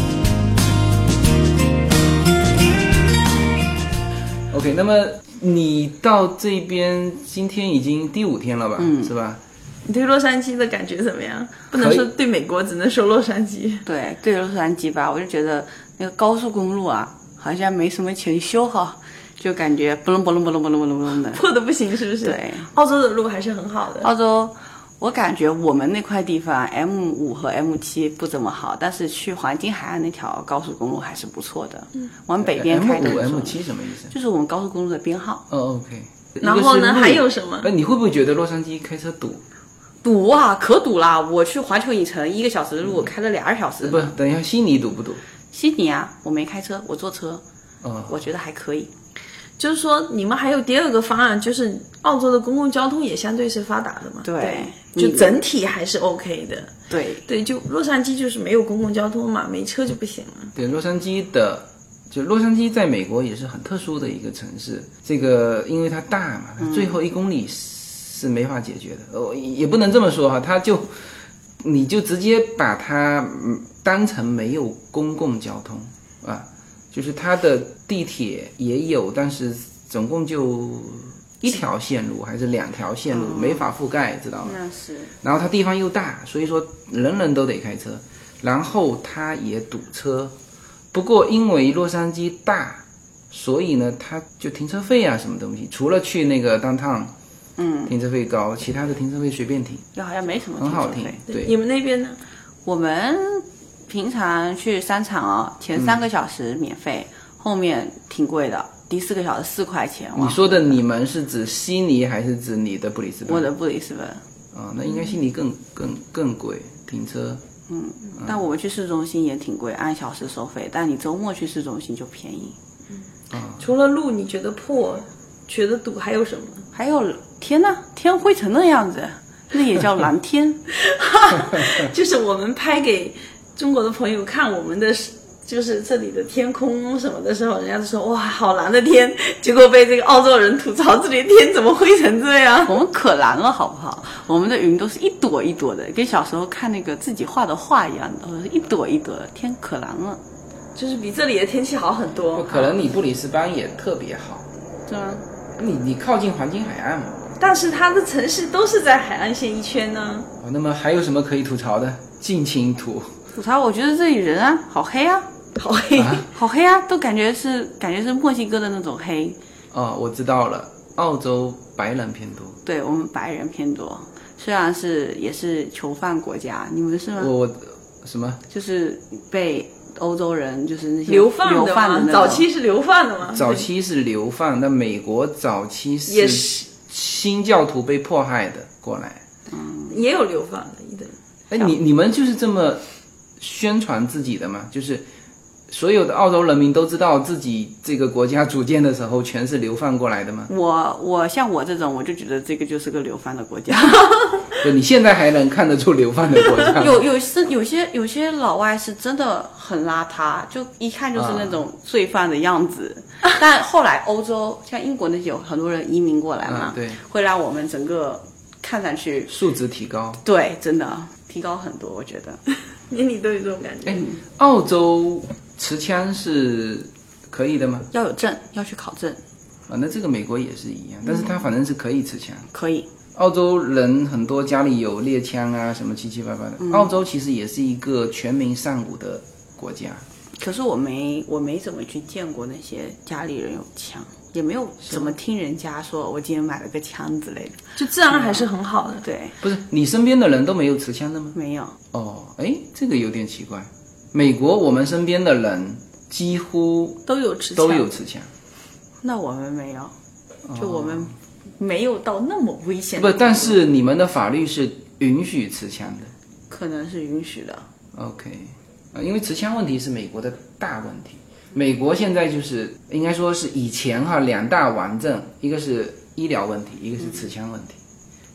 [SPEAKER 2] OK，那么你到这边今天已经第五天了吧？嗯，是吧？
[SPEAKER 4] 你对洛杉矶的感觉怎么样？不能
[SPEAKER 2] 可以
[SPEAKER 4] 说对美国，只能说洛杉矶。
[SPEAKER 3] 对，对洛杉矶吧，我就觉得那个高速公路啊，好像没什么钱修哈，就感觉不隆不隆不隆不隆不隆不隆的。
[SPEAKER 4] 破的不行，是不是？
[SPEAKER 3] 对，哦
[SPEAKER 4] 澳洲的路还是很好的。
[SPEAKER 3] 澳洲，我感觉我们那块地方 M 五和 M 七不怎么好，但是去黄金海岸那条高速公路还是不错的。嗯，往北边
[SPEAKER 2] M
[SPEAKER 3] 开的
[SPEAKER 2] 五
[SPEAKER 3] 那种
[SPEAKER 2] M 七什么意思？
[SPEAKER 3] 就是我们高速公路的编号。
[SPEAKER 2] 哦，OK。
[SPEAKER 4] 然后呢
[SPEAKER 2] 一个是路
[SPEAKER 4] 还有什么
[SPEAKER 2] 哎，你会不会觉得洛杉矶开车堵？
[SPEAKER 3] 堵啊，可堵啦！我去环球影城一个小时的路，开了俩小时。
[SPEAKER 2] 不，等一下，悉尼堵不堵？
[SPEAKER 3] 悉尼啊，我没开车，我坐车，
[SPEAKER 2] 哦，
[SPEAKER 3] 我觉得还可以。
[SPEAKER 4] 就是说你们还有第二个方案，就是澳洲的公共交通也相对是发达的嘛，
[SPEAKER 3] 对
[SPEAKER 4] 对就
[SPEAKER 3] 你
[SPEAKER 4] 整体还是 OK 的。
[SPEAKER 3] 对，
[SPEAKER 4] 对，就洛杉矶就是没有公共交通嘛，没车就不行了。
[SPEAKER 2] 对，洛杉矶的，就洛杉矶在美国也是很特殊的一个城市。这个因为它大嘛，它最后一公里是没法解决的。哦，也不能这么说哈，它就你就直接把它嗯当成没有公共交通啊，就是它的地铁也有，但是总共就。一条线路还是两条线路，没法覆盖，知道吗？
[SPEAKER 3] 那是
[SPEAKER 2] 然后它地方又大，所以说人人都得开车，然后它也堵车。不过因为洛杉矶大，所以呢，它就停车费啊什么东西，除了去那个 downtown，嗯，停车费高，其他的停车费随便停，
[SPEAKER 3] 就好像没什么
[SPEAKER 2] 很好
[SPEAKER 3] 停车
[SPEAKER 2] 停
[SPEAKER 3] 费。。
[SPEAKER 2] 对
[SPEAKER 4] 你，们那边呢？
[SPEAKER 3] 我们平常去商场哦，前三个小时免费，
[SPEAKER 2] 嗯
[SPEAKER 3] 后面挺贵的，第四个小时四块钱。哇
[SPEAKER 2] 你说的你们是嗯指悉尼还是指你的布里斯班？
[SPEAKER 3] 我的布里斯本，
[SPEAKER 2] 啊、那应该悉尼更更更贵，停车。
[SPEAKER 3] 但我们去市中心也挺贵，按小时收费，但你周末去市中心就便宜。
[SPEAKER 4] 除了路，你觉得破，觉得堵，还有什么？
[SPEAKER 3] 还有天呐，天灰成那样子，那也叫蓝 天。
[SPEAKER 4] 就是我们拍给中国的朋友看我们的，就是这里的天空什么的时候，人家都说哇，好蓝的天，结果被这个澳洲人吐槽这里的天怎么灰成这样。
[SPEAKER 3] 我们可蓝了，好不好？我们的云都是一朵一朵的，跟小时候看那个自己画的画一样的，都是一朵一朵的，天可蓝了，
[SPEAKER 4] 就是比这里的天气好很
[SPEAKER 2] 不
[SPEAKER 4] 多。
[SPEAKER 2] 可能你布里斯班也特别好，
[SPEAKER 3] 哦是吗？
[SPEAKER 2] 你你靠近黄金海岸嘛、
[SPEAKER 4] 但是它的城市都是在海岸线一圈呢。
[SPEAKER 2] 哦那么还有什么可以吐槽的？尽情吐。
[SPEAKER 3] 吐槽，我觉得这里人啊，好黑啊，
[SPEAKER 4] 好黑，
[SPEAKER 3] 好黑啊，都感觉是感觉是墨西哥的那种黑。
[SPEAKER 2] 哦，我知道了，澳洲白人偏多。
[SPEAKER 3] 对我们白人偏多，虽然是也是囚犯国家，你们是吗？
[SPEAKER 2] 我我什么？
[SPEAKER 3] 就是被欧洲人就是那些
[SPEAKER 4] 流放
[SPEAKER 3] 流
[SPEAKER 4] 的
[SPEAKER 3] 放的
[SPEAKER 4] 嘛
[SPEAKER 3] 那，种
[SPEAKER 4] 早期是流放的嘛，
[SPEAKER 2] 早期是流放，那美国早期
[SPEAKER 4] 对啊也
[SPEAKER 2] 是
[SPEAKER 4] 是
[SPEAKER 2] 新教徒被迫害的过来。
[SPEAKER 4] 也有流放的，对。
[SPEAKER 2] 哎，你你们就是这么宣传自己的吗？就是所有的澳洲人民都知道自己这个国家组建的时候全是流放过来的吗？
[SPEAKER 3] 我我像我这种，我就觉得这个就是个流放的国家。
[SPEAKER 2] 就你现在还能看得出流放的国家 吗？
[SPEAKER 3] 有有是有些有些老外是真的很邋遢，就一看就是那种罪犯的样子。但后来欧洲像英国那些有很多人移民过来嘛，
[SPEAKER 2] 嗯对，
[SPEAKER 3] 会让我们整个看上去
[SPEAKER 2] 素质提高。
[SPEAKER 3] 对真的提高很多，我觉得。
[SPEAKER 4] 你你都有这种感觉，
[SPEAKER 2] 澳洲持枪是可以的吗？
[SPEAKER 3] 要有证，要去考证，
[SPEAKER 2] 啊，那这个美国也是一样，但是他反正是可以持枪。
[SPEAKER 3] 可以。
[SPEAKER 2] 澳洲人很多家里有猎枪啊，什么七七八八的。澳洲其实也是一个全民尚武的国家，
[SPEAKER 3] 可是我没我没怎么去见过那些家里人有枪，也没有怎么听人家说我今天买了个枪之类的。
[SPEAKER 4] 就治安还是很好的。
[SPEAKER 3] 对，
[SPEAKER 2] 不是你身边的人都没有持枪的吗？
[SPEAKER 3] 没有。
[SPEAKER 2] 哦，哎，这个有点奇怪。美国我们身边的人几乎
[SPEAKER 4] 都有持枪
[SPEAKER 2] 都有持枪，
[SPEAKER 3] 那我们没有，就我们没有到那么危险。
[SPEAKER 2] 不，但是你们的法律是允许持枪的。
[SPEAKER 3] 可能是允许的。
[SPEAKER 2] OK，啊，因为持枪问题是美国的大问题。美国现在就是应该说是以前哈两大顽症，一个是医疗问题，一个是持枪问题。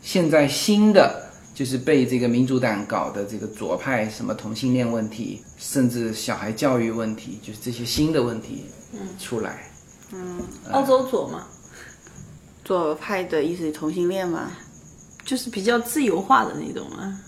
[SPEAKER 2] 现在新的就是被这个民主党搞的这个左派什么同性恋问题，甚至小孩教育问题，就是这些新的问题出来。
[SPEAKER 4] 澳洲左嘛，
[SPEAKER 3] 左派的意思是同性恋吗？
[SPEAKER 4] 就是比较自由化的那种啊嘛。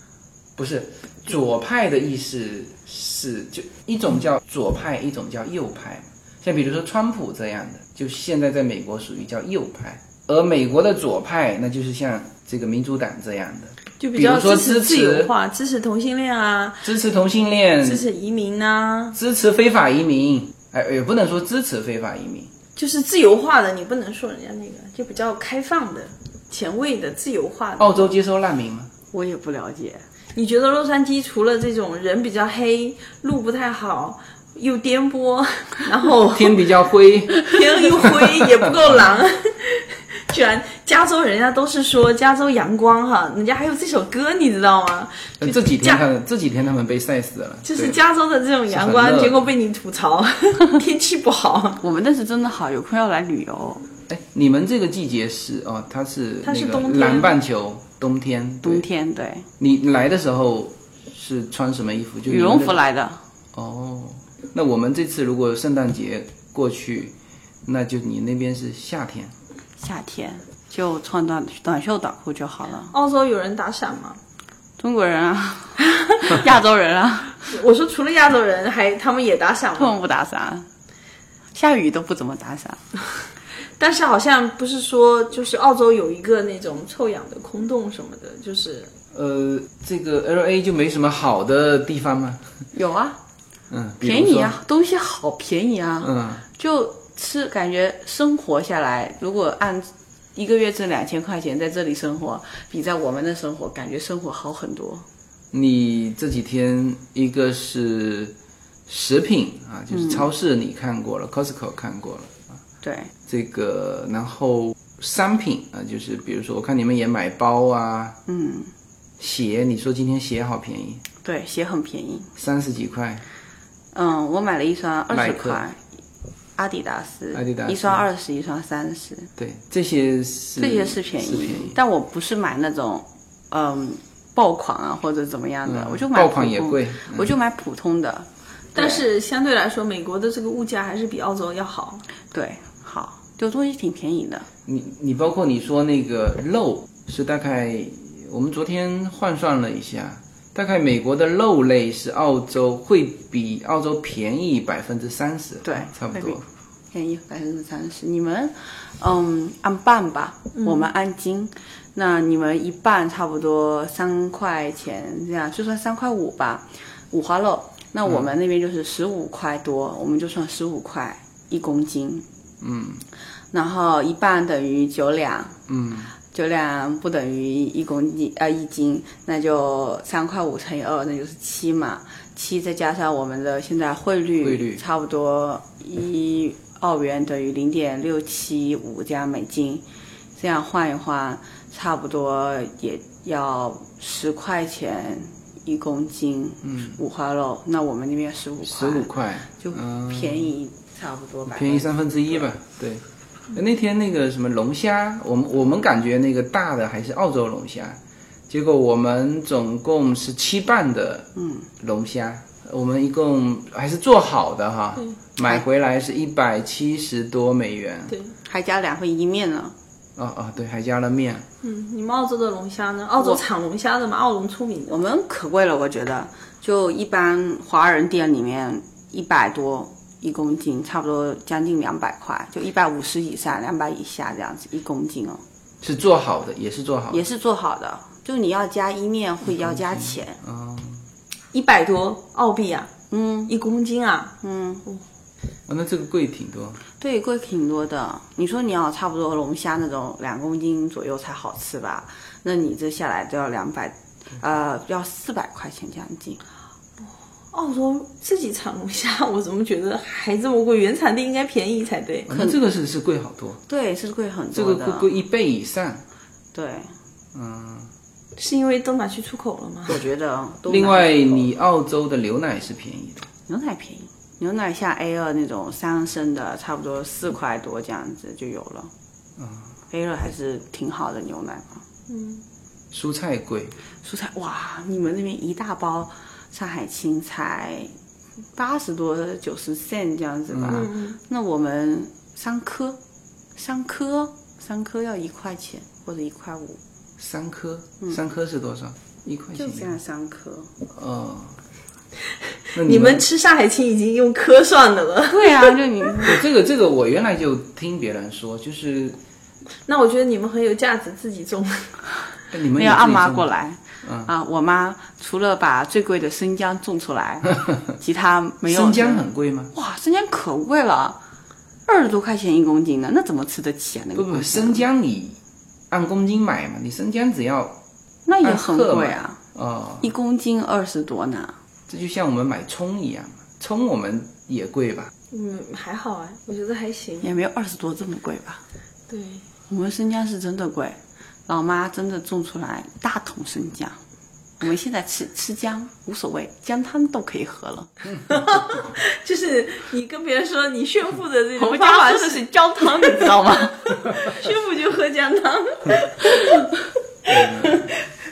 [SPEAKER 2] 不是左派的意思是就一种叫左派，一种叫右派。像比如说川普这样的，就现在在美国属于叫右派，而美国的左派那就是像这个民主党这样的，
[SPEAKER 4] 就比较
[SPEAKER 2] 比如说
[SPEAKER 4] 支持
[SPEAKER 2] 支持
[SPEAKER 4] 自由化，支持同性恋啊，
[SPEAKER 2] 支持同性恋，
[SPEAKER 4] 支持移民啊呐、
[SPEAKER 2] 支持非法移民，哎，也不能说支持非法移民，
[SPEAKER 4] 就是自由化的，你不能说人家那个，就比较开放的、前卫的、自由化的。
[SPEAKER 2] 澳洲接收难民吗？
[SPEAKER 3] 我也不了解。
[SPEAKER 4] 你觉得洛杉矶除了这种人比较黑、路不太好、又颠簸，然后
[SPEAKER 2] 天比较 灰，
[SPEAKER 4] 天又灰也不够狼，居然加州人家都是说加州阳光哈，人家还有这首歌你知道吗？
[SPEAKER 2] 呃这几天他们这几天他们被晒死了，
[SPEAKER 4] 就是
[SPEAKER 2] 对
[SPEAKER 4] 加州的这种阳
[SPEAKER 2] 是
[SPEAKER 4] 光，
[SPEAKER 2] 很热
[SPEAKER 4] 结果被你吐槽 天气不好。
[SPEAKER 3] 我们那是真的好，有空要来旅游。
[SPEAKER 2] 哎，你们这个季节是哦，它是
[SPEAKER 4] 它是
[SPEAKER 2] 那个
[SPEAKER 4] 冬天
[SPEAKER 2] 南半球冬天，对
[SPEAKER 3] 冬。天对，
[SPEAKER 2] 你来的时候是穿什么衣服？就
[SPEAKER 3] 羽绒服。来的。
[SPEAKER 2] 哦，那我们这次如果圣诞节过去，那就你那边是夏天。
[SPEAKER 3] 夏天就穿短短袖短裤就好了。
[SPEAKER 4] 澳洲有人打伞吗？
[SPEAKER 3] 中国人 啊，亚洲人啊，
[SPEAKER 4] 我说除了亚洲人，还他们也打伞
[SPEAKER 3] 根
[SPEAKER 4] 吗？
[SPEAKER 3] 本不打伞，下雨都不怎么打伞。
[SPEAKER 4] 但是好像不是说就是澳洲有一个那种臭氧的空洞什么的，就是
[SPEAKER 2] 呃，这个 L A 就没什么好的地方吗？
[SPEAKER 3] 有啊，
[SPEAKER 2] 嗯，比如
[SPEAKER 3] 便宜
[SPEAKER 2] 说。
[SPEAKER 3] 啊，东西好便宜啊，
[SPEAKER 2] 嗯，
[SPEAKER 3] 就吃感觉生活下来，如果按一个月挣两千块钱在这里生活，比在我们的生活感觉生活好很多。
[SPEAKER 2] 你这几天一个是食品啊，就是
[SPEAKER 3] 嗯
[SPEAKER 2] 超市你看过了、c o s t c o 看过了。
[SPEAKER 3] 对，
[SPEAKER 2] 这个，然后商品啊，就是比如说，我看你们也买包啊，
[SPEAKER 3] 嗯，
[SPEAKER 2] 鞋，你说今天鞋好便宜，
[SPEAKER 3] 对，鞋很便宜。
[SPEAKER 2] 三十几块，
[SPEAKER 3] 嗯，我买了一双二
[SPEAKER 2] 耐
[SPEAKER 3] 十
[SPEAKER 2] 克
[SPEAKER 3] 块，阿迪达斯，
[SPEAKER 2] 阿迪达斯
[SPEAKER 3] 一双二十，一双三十。
[SPEAKER 2] 对，这些是
[SPEAKER 3] 这些是便宜，
[SPEAKER 2] 嗯是便宜
[SPEAKER 3] 但我不是买那种，嗯，爆款啊或者怎么样的，我就买
[SPEAKER 2] 嗯爆款
[SPEAKER 3] 普
[SPEAKER 2] 也
[SPEAKER 3] 通
[SPEAKER 2] 贵，嗯
[SPEAKER 3] 我就买普通的，
[SPEAKER 4] 但是相对来说，美国的这个物价还是比澳洲要好。
[SPEAKER 3] 对，好，就东西挺便宜的，
[SPEAKER 2] 你你包括你说那个肉是大概，我们昨天换算了一下，大概美国的肉类是澳洲会比澳洲便宜百分之三十，
[SPEAKER 3] 对
[SPEAKER 2] 差不
[SPEAKER 3] 会比
[SPEAKER 2] 多。
[SPEAKER 3] 便宜百分之三十。你们，嗯，按半吧，我
[SPEAKER 2] 嗯
[SPEAKER 3] 们按斤，那你们一半差不多三块钱这样，就算三块五吧，五花肉。那我们那边就是十五块多，我们就算十五块一公斤，
[SPEAKER 2] 嗯
[SPEAKER 3] 然后一半等于九两，
[SPEAKER 2] 嗯，
[SPEAKER 3] 九两不等于一公斤，呃，一斤，那就三块五乘以二，那就是七嘛。七再加上我们的现在汇率，
[SPEAKER 2] 汇率
[SPEAKER 3] 差不多一澳元等于零点六七五这样美金，这样换一换，差不多也要十块钱一公斤，嗯，五花肉。那我们那边十五
[SPEAKER 2] 十
[SPEAKER 3] 块，
[SPEAKER 2] 五块
[SPEAKER 3] 就
[SPEAKER 2] 嗯
[SPEAKER 3] 便宜差不多吧，
[SPEAKER 2] 便宜三分之一吧。对，那天那个什么龙虾，我们我们感觉那个大的还是澳洲龙虾，结果我们总共是七磅的
[SPEAKER 3] 嗯
[SPEAKER 2] 龙虾，我们一共还是做好的哈，买回来是一百七十多美元。
[SPEAKER 4] 对，
[SPEAKER 3] 还加两份一面呢。
[SPEAKER 2] 哦哦，对，还加了面。
[SPEAKER 4] 嗯，你们澳洲的龙虾呢？澳洲产龙虾的嘛，澳龙出名的
[SPEAKER 3] 我。们可贵了，我觉得，就一般华人店里面一百多一公斤，差不多将近两百块，就一百五十以上，两百以下这样子一公斤哦，
[SPEAKER 2] 是做好的，也是做好的
[SPEAKER 3] 也，是做好的。就你要加一面会要加钱，
[SPEAKER 2] 哦
[SPEAKER 4] 一百多澳币啊，
[SPEAKER 3] 嗯
[SPEAKER 4] 一公斤啊，
[SPEAKER 3] 嗯，
[SPEAKER 2] 哦，那这个贵挺多。哦
[SPEAKER 3] 对，贵挺多的。你说你要差不多龙虾那种两公斤左右才好吃吧？那你这下来都要两百，呃，要四百块钱将近。
[SPEAKER 4] 澳洲自己产龙虾，我怎么觉得还这么贵？原产地应该便宜才对。
[SPEAKER 2] 哦那这个是是贵好多，
[SPEAKER 3] 对，是贵很
[SPEAKER 2] 这
[SPEAKER 3] 多
[SPEAKER 2] 个
[SPEAKER 3] 的。啊
[SPEAKER 2] 贵贵一倍以上。
[SPEAKER 3] 对，
[SPEAKER 2] 嗯，
[SPEAKER 4] 是因为都拿去出口了吗？
[SPEAKER 3] 我觉得都
[SPEAKER 2] 另
[SPEAKER 3] 蛮
[SPEAKER 2] 外
[SPEAKER 3] 不错的
[SPEAKER 2] 你澳洲的牛奶是便宜的，
[SPEAKER 3] 牛奶便宜，牛奶像 A 二那种三升的，差不多四块多这样子就有了。嗯，A 二还是挺好的牛奶嘛。
[SPEAKER 2] 蔬菜贵。
[SPEAKER 3] 蔬菜哇，你们那边一大包上海青才八十多九十 cent 这样子吧？
[SPEAKER 4] 嗯，
[SPEAKER 3] 那我们三颗，三颗，三颗要一块钱或者一块五，
[SPEAKER 2] 三颗，三颗是多少？一块
[SPEAKER 3] 嗯就
[SPEAKER 2] 钱。
[SPEAKER 3] 这样三颗。
[SPEAKER 2] 哦，那
[SPEAKER 4] 你
[SPEAKER 2] 们
[SPEAKER 4] 们吃上海青已经用颗算的了。
[SPEAKER 3] 对啊，就你
[SPEAKER 2] 对这个这个，我原来就听别人说，就是
[SPEAKER 4] 那我觉得你们很有价值，自己种。
[SPEAKER 2] 哎你嗯们
[SPEAKER 3] 没有
[SPEAKER 2] 有
[SPEAKER 3] 按
[SPEAKER 2] 自己
[SPEAKER 3] 妈
[SPEAKER 2] 种
[SPEAKER 3] 过来。啊，我妈除了把最贵的生姜种出 来，其他没有的。
[SPEAKER 2] 生姜很贵吗？
[SPEAKER 3] 哇，生姜可贵了，二十多块钱一公斤呢，那怎么吃得起啊？那个
[SPEAKER 2] 不不，生姜你按公斤买嘛，你生姜只要
[SPEAKER 3] 那也很
[SPEAKER 2] 按克
[SPEAKER 3] 贵
[SPEAKER 2] 嘛
[SPEAKER 3] 啊，
[SPEAKER 2] 哦，
[SPEAKER 3] 一公斤二十多呢。
[SPEAKER 2] 这就像我们买葱一样，葱我们也贵吧？
[SPEAKER 4] 嗯，还好啊，我觉得还行。
[SPEAKER 3] 也没有二十多这么贵吧？
[SPEAKER 4] 对，
[SPEAKER 3] 我们生姜是真的贵，老妈真的种出来一大桶生姜。我们现在吃吃姜无所谓，姜汤都可以喝了。
[SPEAKER 4] 就是你跟别人说你炫富的这
[SPEAKER 3] 我
[SPEAKER 4] 种
[SPEAKER 3] 们
[SPEAKER 4] 方
[SPEAKER 3] 家
[SPEAKER 4] 法
[SPEAKER 3] 喝的
[SPEAKER 4] 是
[SPEAKER 3] 是姜汤，你知道吗？
[SPEAKER 4] 炫富就喝姜汤，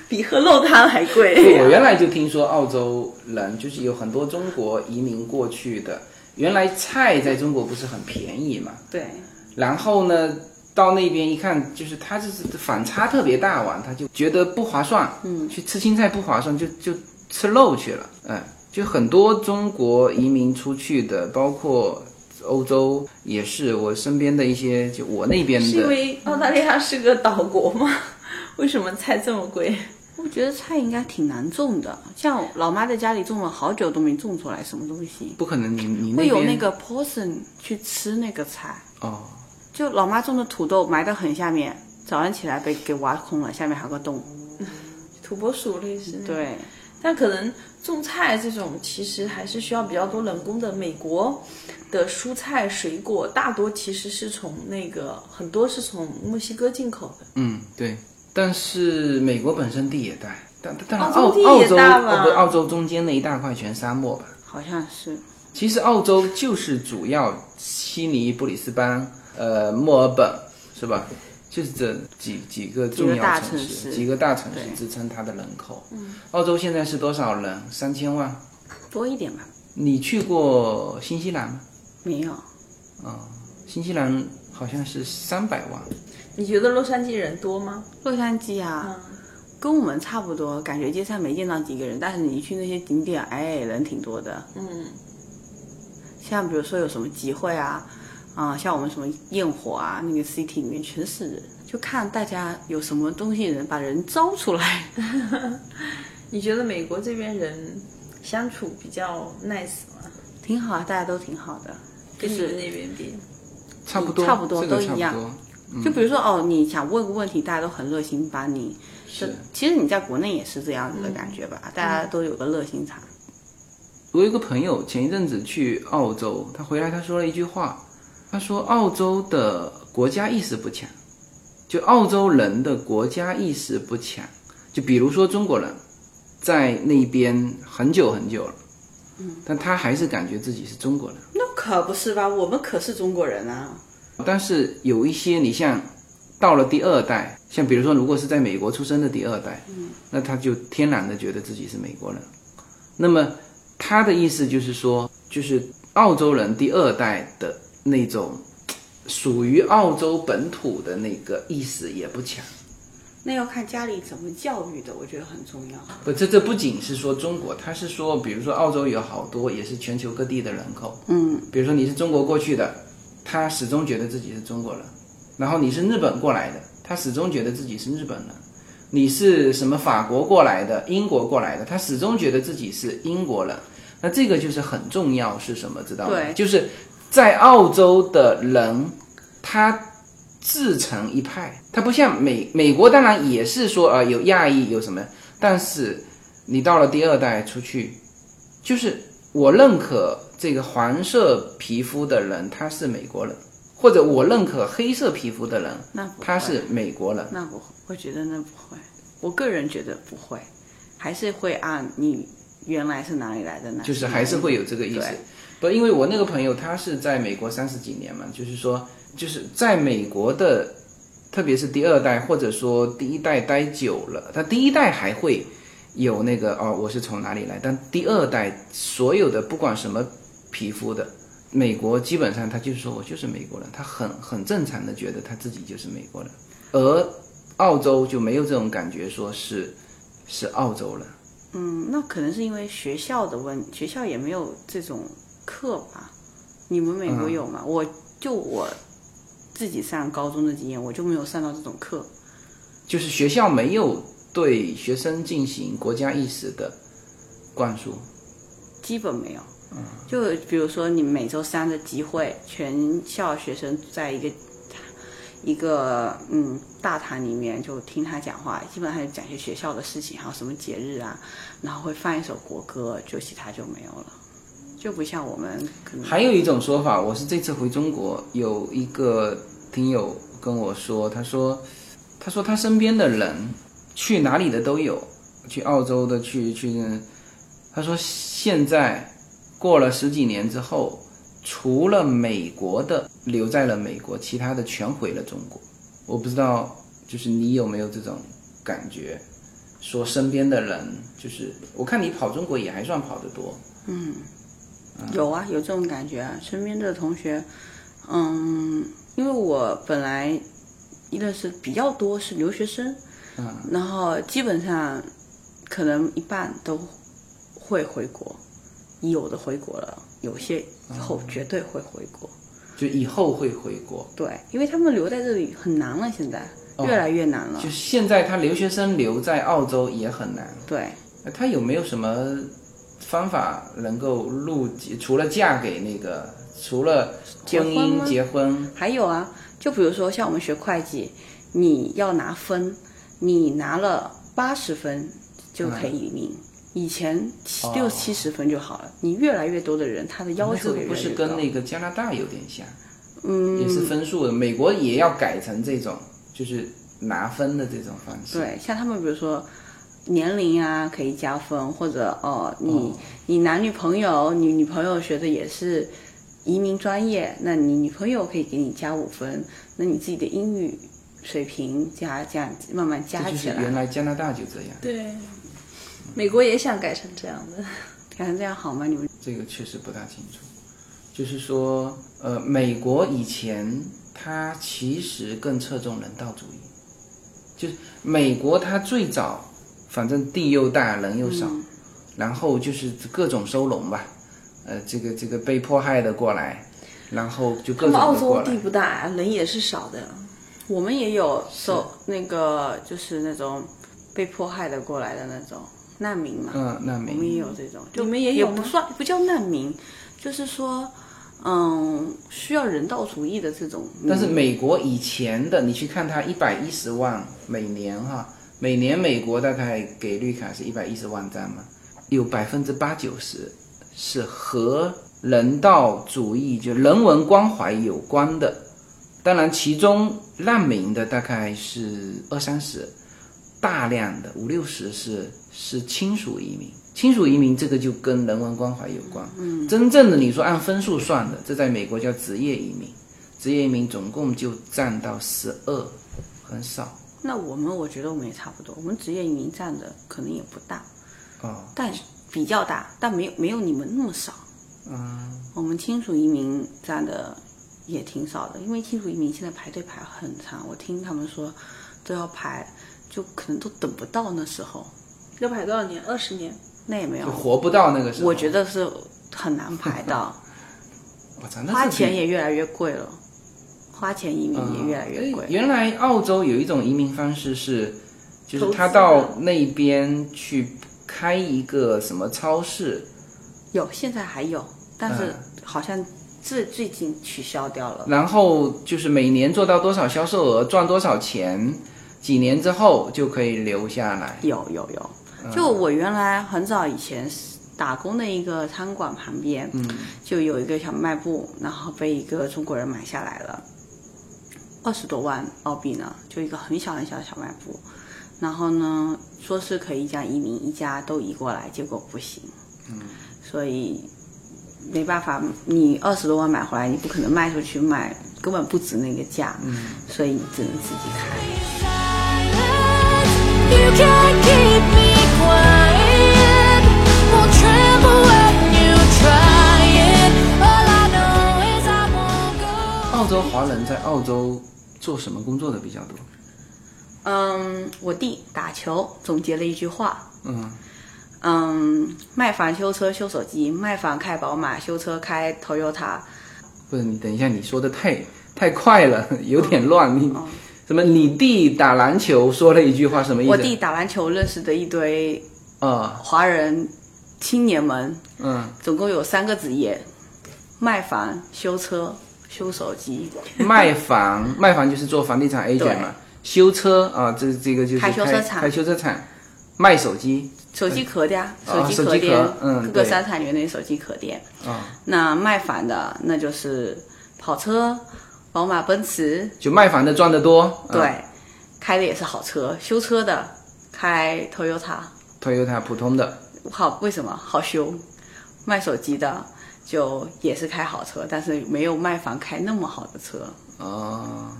[SPEAKER 4] 比喝肉汤还
[SPEAKER 3] 哎
[SPEAKER 4] 贵。
[SPEAKER 2] 我原来就听说澳洲人就是有很多中国移民过去的，原来菜在中国不是很便宜嘛，
[SPEAKER 3] 对，
[SPEAKER 2] 然后呢，到那边一看，就是他就是反差特别大嘛，他就觉得不划算，嗯，去吃青菜不划算，就就吃肉去了，嗯，就很多中国移民出去的，包括欧洲也是，我身边的一些，就我那边
[SPEAKER 4] 是因
[SPEAKER 2] 的，
[SPEAKER 4] 为澳大利亚是个岛国吗？为什么菜这么贵？
[SPEAKER 3] 我觉得菜应该挺难种的，像老妈在家里种了好久都没种出来什么东西，
[SPEAKER 2] 不可能你你那
[SPEAKER 3] 会
[SPEAKER 2] 边
[SPEAKER 3] 有那个 person 去吃那个菜。
[SPEAKER 2] 哦，
[SPEAKER 3] 就老妈种的土豆埋得很下面，早上起来被给挖空了，下面还有个洞。
[SPEAKER 4] 土拨鼠类似那种。
[SPEAKER 3] 对，
[SPEAKER 4] 但可能种菜这种其实还是需要比较多人工的。美国的蔬菜水果大多其实是从那个很多是从墨西哥进口的。
[SPEAKER 2] 嗯，对，但是美国本身地也大。但但
[SPEAKER 4] 澳
[SPEAKER 2] 澳
[SPEAKER 4] 洲
[SPEAKER 2] 澳
[SPEAKER 4] 地
[SPEAKER 2] 澳
[SPEAKER 4] 也
[SPEAKER 2] 洲
[SPEAKER 4] 大
[SPEAKER 2] 哦
[SPEAKER 4] 吧
[SPEAKER 2] 不，澳洲中间那一大块全沙漠吧？
[SPEAKER 3] 好像是。
[SPEAKER 2] 其实澳洲就是主要悉尼、布里斯班、呃墨尔本，是吧？就是这几几个重
[SPEAKER 3] 几个
[SPEAKER 2] 要
[SPEAKER 3] 大
[SPEAKER 2] 城
[SPEAKER 3] 城市
[SPEAKER 2] 几个大城市
[SPEAKER 3] 对
[SPEAKER 2] 支撑它的人口。嗯，澳洲现在是多少人？三千万。
[SPEAKER 3] 多一点吧，
[SPEAKER 2] 你去过新西兰吗？啊
[SPEAKER 3] 没有，
[SPEAKER 2] 新西兰好像是三百万。
[SPEAKER 4] 你觉得洛杉矶人多吗？
[SPEAKER 3] 洛杉矶啊，跟我们差不多，感觉街上没见到几个人，但是你去那些景点，哎，人挺多的。
[SPEAKER 4] 嗯，
[SPEAKER 3] 像比如说有什么集会啊，啊、像我们什么焰火啊，那个 city 里面全是人，就看大家有什么东西能把人招出来。
[SPEAKER 4] 你觉得美国这边人相处比较 nice 吗？
[SPEAKER 3] 挺好啊，大家都挺好的。
[SPEAKER 4] 跟你们那边比，
[SPEAKER 2] 差不多，
[SPEAKER 3] 嗯差不多
[SPEAKER 2] 这个
[SPEAKER 3] 都
[SPEAKER 2] 差
[SPEAKER 3] 一
[SPEAKER 2] 不
[SPEAKER 3] 样
[SPEAKER 2] 多。
[SPEAKER 3] 就比如说哦，你想问个问题，大家都很热心帮你。
[SPEAKER 2] 是
[SPEAKER 3] 其实你在国内也是这样子的感觉吧，大家都有个热心肠。
[SPEAKER 2] 我有一个朋友前一阵子去澳洲，他回来他说了一句话，他说澳洲的国家意识不强，就澳洲人的国家意识不强。就比如说中国人，在那边很久很久了，但他还是感觉自己是中国人。
[SPEAKER 3] 那可不是吧，我们可是中国人啊。
[SPEAKER 2] 但是有一些，你像到了第二代，像比如说，如果是在美国出生的第二代，那他就天然的觉得自己是美国人。那么他的意思就是说，就是澳洲人第二代的那种嘖属于澳洲本土的那个意识也不强。
[SPEAKER 3] 那要看家里怎么教育的，我觉得很重要。
[SPEAKER 2] 不，这这不仅是说中国，他是说，比如说澳洲有好多也是全球各地的人口，
[SPEAKER 3] 嗯，
[SPEAKER 2] 比如说你是中国过去的，他始终觉得自己是中国人；然后你是日本过来的，他始终觉得自己是日本人；你是什么法国过来的、英国过来的，他始终觉得自己是英国人。那这个就是很重要，是什么？知道吗？
[SPEAKER 3] 对
[SPEAKER 2] 就是在澳洲的人，他自成一派，他不像美美国，当然也是说呃有亚裔有什么，但是你到了第二代出去，就是我认可这个黄色皮肤的人他是美国人，或者我认可黑色皮肤的人
[SPEAKER 3] 那不会
[SPEAKER 2] 他是美国人。
[SPEAKER 3] 那不会，我觉得那不会，我个人觉得不会，还是会按你原来是哪里来的哪里来的，
[SPEAKER 2] 就是还是会有这个意思
[SPEAKER 3] 对。
[SPEAKER 2] 不，因为我那个朋友他是在美国三十几年嘛，就是说，就是在美国的，特别是第二代或者说第一代待久了，他第一代还会有那个哦，我是从哪里来，但第二代所有的不管什么皮肤的。美国基本上他就是说我就是美国人，他很很正常的觉得他自己就是美国人，而澳洲就没有这种感觉，说是是澳洲人。
[SPEAKER 3] 嗯，那可能是因为学校的问，学校也没有这种课吧？你们美国有吗？我就我自己上高中的经验，我就没有上到这种课。
[SPEAKER 2] 就是学校没有对学生进行国家意识的灌输。
[SPEAKER 3] 基本没有。
[SPEAKER 2] 嗯
[SPEAKER 3] 就比如说你每周三的集会，全校学生在一个一个嗯大堂里面就听他讲话，基本上就讲些学校的事情，还有什么节日啊，然后会放一首国歌，就其他就没有了，就不像我们可能
[SPEAKER 2] 还有一种说法，我是这次回中国，有一个听友跟我说，他说，他说他身边的人去哪里的都有，去澳洲的，去去，他说现在过了十几年之后，除了美国的留在了美国，其他的全回了中国。我不知道，就是你有没有这种感觉？说身边的人，就是我看你跑中国也还算跑得多，
[SPEAKER 3] 有啊，有这种感觉啊。身边的同学，嗯，因为我本来认识比较多是留学生，嗯，然后基本上可能一半都会回国，有的回国了，有些以后绝对会回国。
[SPEAKER 2] 就以后会回国。
[SPEAKER 3] 对，因为他们留在这里很难了，现在越来越难了。
[SPEAKER 2] 就是现在他留学生留在澳洲也很难，
[SPEAKER 3] 对，
[SPEAKER 2] 呃他有没有什么方法能够入籍？除了嫁给那个，除了
[SPEAKER 3] 结
[SPEAKER 2] 婚
[SPEAKER 3] 婚
[SPEAKER 2] 姻
[SPEAKER 3] 吗
[SPEAKER 2] 结婚，
[SPEAKER 3] 还有啊，就比如说像我们学会计，你要拿分，你拿了八十分就可以移民。以前七
[SPEAKER 2] 嗯哦
[SPEAKER 3] 六七十分就好了，你越来越多的人，他的要
[SPEAKER 2] 那这
[SPEAKER 3] 求
[SPEAKER 2] 个
[SPEAKER 3] 也
[SPEAKER 2] 不
[SPEAKER 3] 越来
[SPEAKER 2] 是
[SPEAKER 3] 越
[SPEAKER 2] 跟
[SPEAKER 3] 高。
[SPEAKER 2] 那个加拿大有点像？嗯，也是分数的。美国也要改成这种，就是拿分的这种方式。，
[SPEAKER 3] 对，像他们比如说年龄啊可以加分，或者哦你、你男女朋友，你女朋友学的也是移民专业，那你女朋友可以给你加五分，那你自己的英语水平加这样慢慢加
[SPEAKER 2] 这就
[SPEAKER 3] 起
[SPEAKER 2] 是
[SPEAKER 3] 来。
[SPEAKER 2] 原来加拿大就这样。
[SPEAKER 4] 对，美国也想改成这样的。
[SPEAKER 3] 改成这样好吗？你们
[SPEAKER 2] 这个确实不大清楚。就是说，呃，美国以前它其实更侧重人道主义，就是美国它最早，反正地又大人又少，
[SPEAKER 4] 嗯
[SPEAKER 2] 然后就是各种收容吧，呃，这个这个被迫害的过来，然后就
[SPEAKER 4] 他
[SPEAKER 2] 各
[SPEAKER 4] 们
[SPEAKER 2] 种
[SPEAKER 4] 澳
[SPEAKER 2] 的过
[SPEAKER 4] 洲
[SPEAKER 2] 来
[SPEAKER 4] 地。不大呀，人也是少的。
[SPEAKER 3] 我们也有受那个就是那种被迫害的过来的那种难民嘛，
[SPEAKER 2] 嗯，那
[SPEAKER 3] 我们
[SPEAKER 2] 没
[SPEAKER 3] 也有这种，就
[SPEAKER 4] 你们也有吗
[SPEAKER 3] 不算不叫难民，就是说，嗯，需要人道主义的这种民，
[SPEAKER 2] 但是美国以前的，你去看它一百一十万每年哈，每年美国大概给绿卡是一百一十万张嘛，有百分之八九十是和人道主义就人文关怀有关的，当然其中难民的大概是二三十，大量的五六十是是亲属移民。亲属移民这个就跟人文关怀有关，嗯，真正的你说按分数算的，这在美国叫职业移民，职业移民总共就占到十二，很少
[SPEAKER 3] 那我们我觉得我们也差不多，我们职业移民占的可能也不大，
[SPEAKER 2] 哦。
[SPEAKER 3] 但比较大，但没有没有你们那么少。嗯，我们亲属移民占的也挺少的，因为亲属移民现在排队排很长，我听他们说都要排，就可能都等不到那时候，
[SPEAKER 4] 要排多少年？二十年。
[SPEAKER 3] 那也没有
[SPEAKER 2] 就，活不到那个时候。
[SPEAKER 3] 我觉，得是很 难排到，
[SPEAKER 2] 我操，那是
[SPEAKER 3] 花
[SPEAKER 2] 比
[SPEAKER 3] 钱也越来越贵了，花钱移民也越来越贵。
[SPEAKER 2] 嗯哎原来澳洲有一种移民方式是，就是
[SPEAKER 4] 投资
[SPEAKER 2] 他
[SPEAKER 4] 的
[SPEAKER 2] 到那边去开一个什么超市，
[SPEAKER 3] 有现在还有，但是
[SPEAKER 2] 嗯
[SPEAKER 3] 好像最最近取消掉了。
[SPEAKER 2] 然后就是每年做到多少销售额，赚多少钱，几年之后就可以留下来。
[SPEAKER 3] 有有有，就我原来很早以前是打工的一个餐馆旁边，就有一个小卖部，然后被一个中国人买下来了，二十多万澳币呢，就一个很小很小的小卖部。然后呢，说是可以这样移民一家都移过来，结果不行，所以没办法，你二十多万买回来，你不可能卖出去卖，根本不值那个价，所以你只能自己开。
[SPEAKER 1] You can't keep me quiet. Won't tremble when you try it. All I know is I won't go.
[SPEAKER 2] 澳洲华人在澳洲做什么工作的比较多？
[SPEAKER 3] 嗯，我弟打球总结了一句话，
[SPEAKER 2] 嗯，
[SPEAKER 3] 嗯，卖房修车修手机，卖房开宝马，修车开 Toyota。
[SPEAKER 2] 不是你等一下，你说的太太快了， 有点乱。你什么？你弟打篮球说了一句话，什么意思？
[SPEAKER 3] 我弟打篮球认识的一堆
[SPEAKER 2] 啊，
[SPEAKER 3] 华人青年们，
[SPEAKER 2] 嗯，
[SPEAKER 3] 总共有三个职业：卖房、修车、修手机，
[SPEAKER 2] 卖房， 卖房就是做房地产 agent 嘛，修车啊，这这个就是
[SPEAKER 3] 开
[SPEAKER 2] 开
[SPEAKER 3] 修车厂
[SPEAKER 2] 开修车厂，卖手机，
[SPEAKER 3] 手机壳的呀，
[SPEAKER 2] 啊
[SPEAKER 3] 机
[SPEAKER 2] 手
[SPEAKER 3] 壳
[SPEAKER 2] 机
[SPEAKER 3] 店
[SPEAKER 2] 壳，嗯
[SPEAKER 3] 各个
[SPEAKER 2] 对啊
[SPEAKER 3] 商场里面的手机壳店。那卖房的那就是跑车，宝马、奔驰，
[SPEAKER 2] 就卖房的赚得多，啊
[SPEAKER 3] 对，开的也是好车，修车的开 Toyota，
[SPEAKER 2] ，Toyota 普通的，
[SPEAKER 3] 好，为什么好修？卖手机的就也是开好车，但是没有卖房开那么好的车。
[SPEAKER 2] 哦，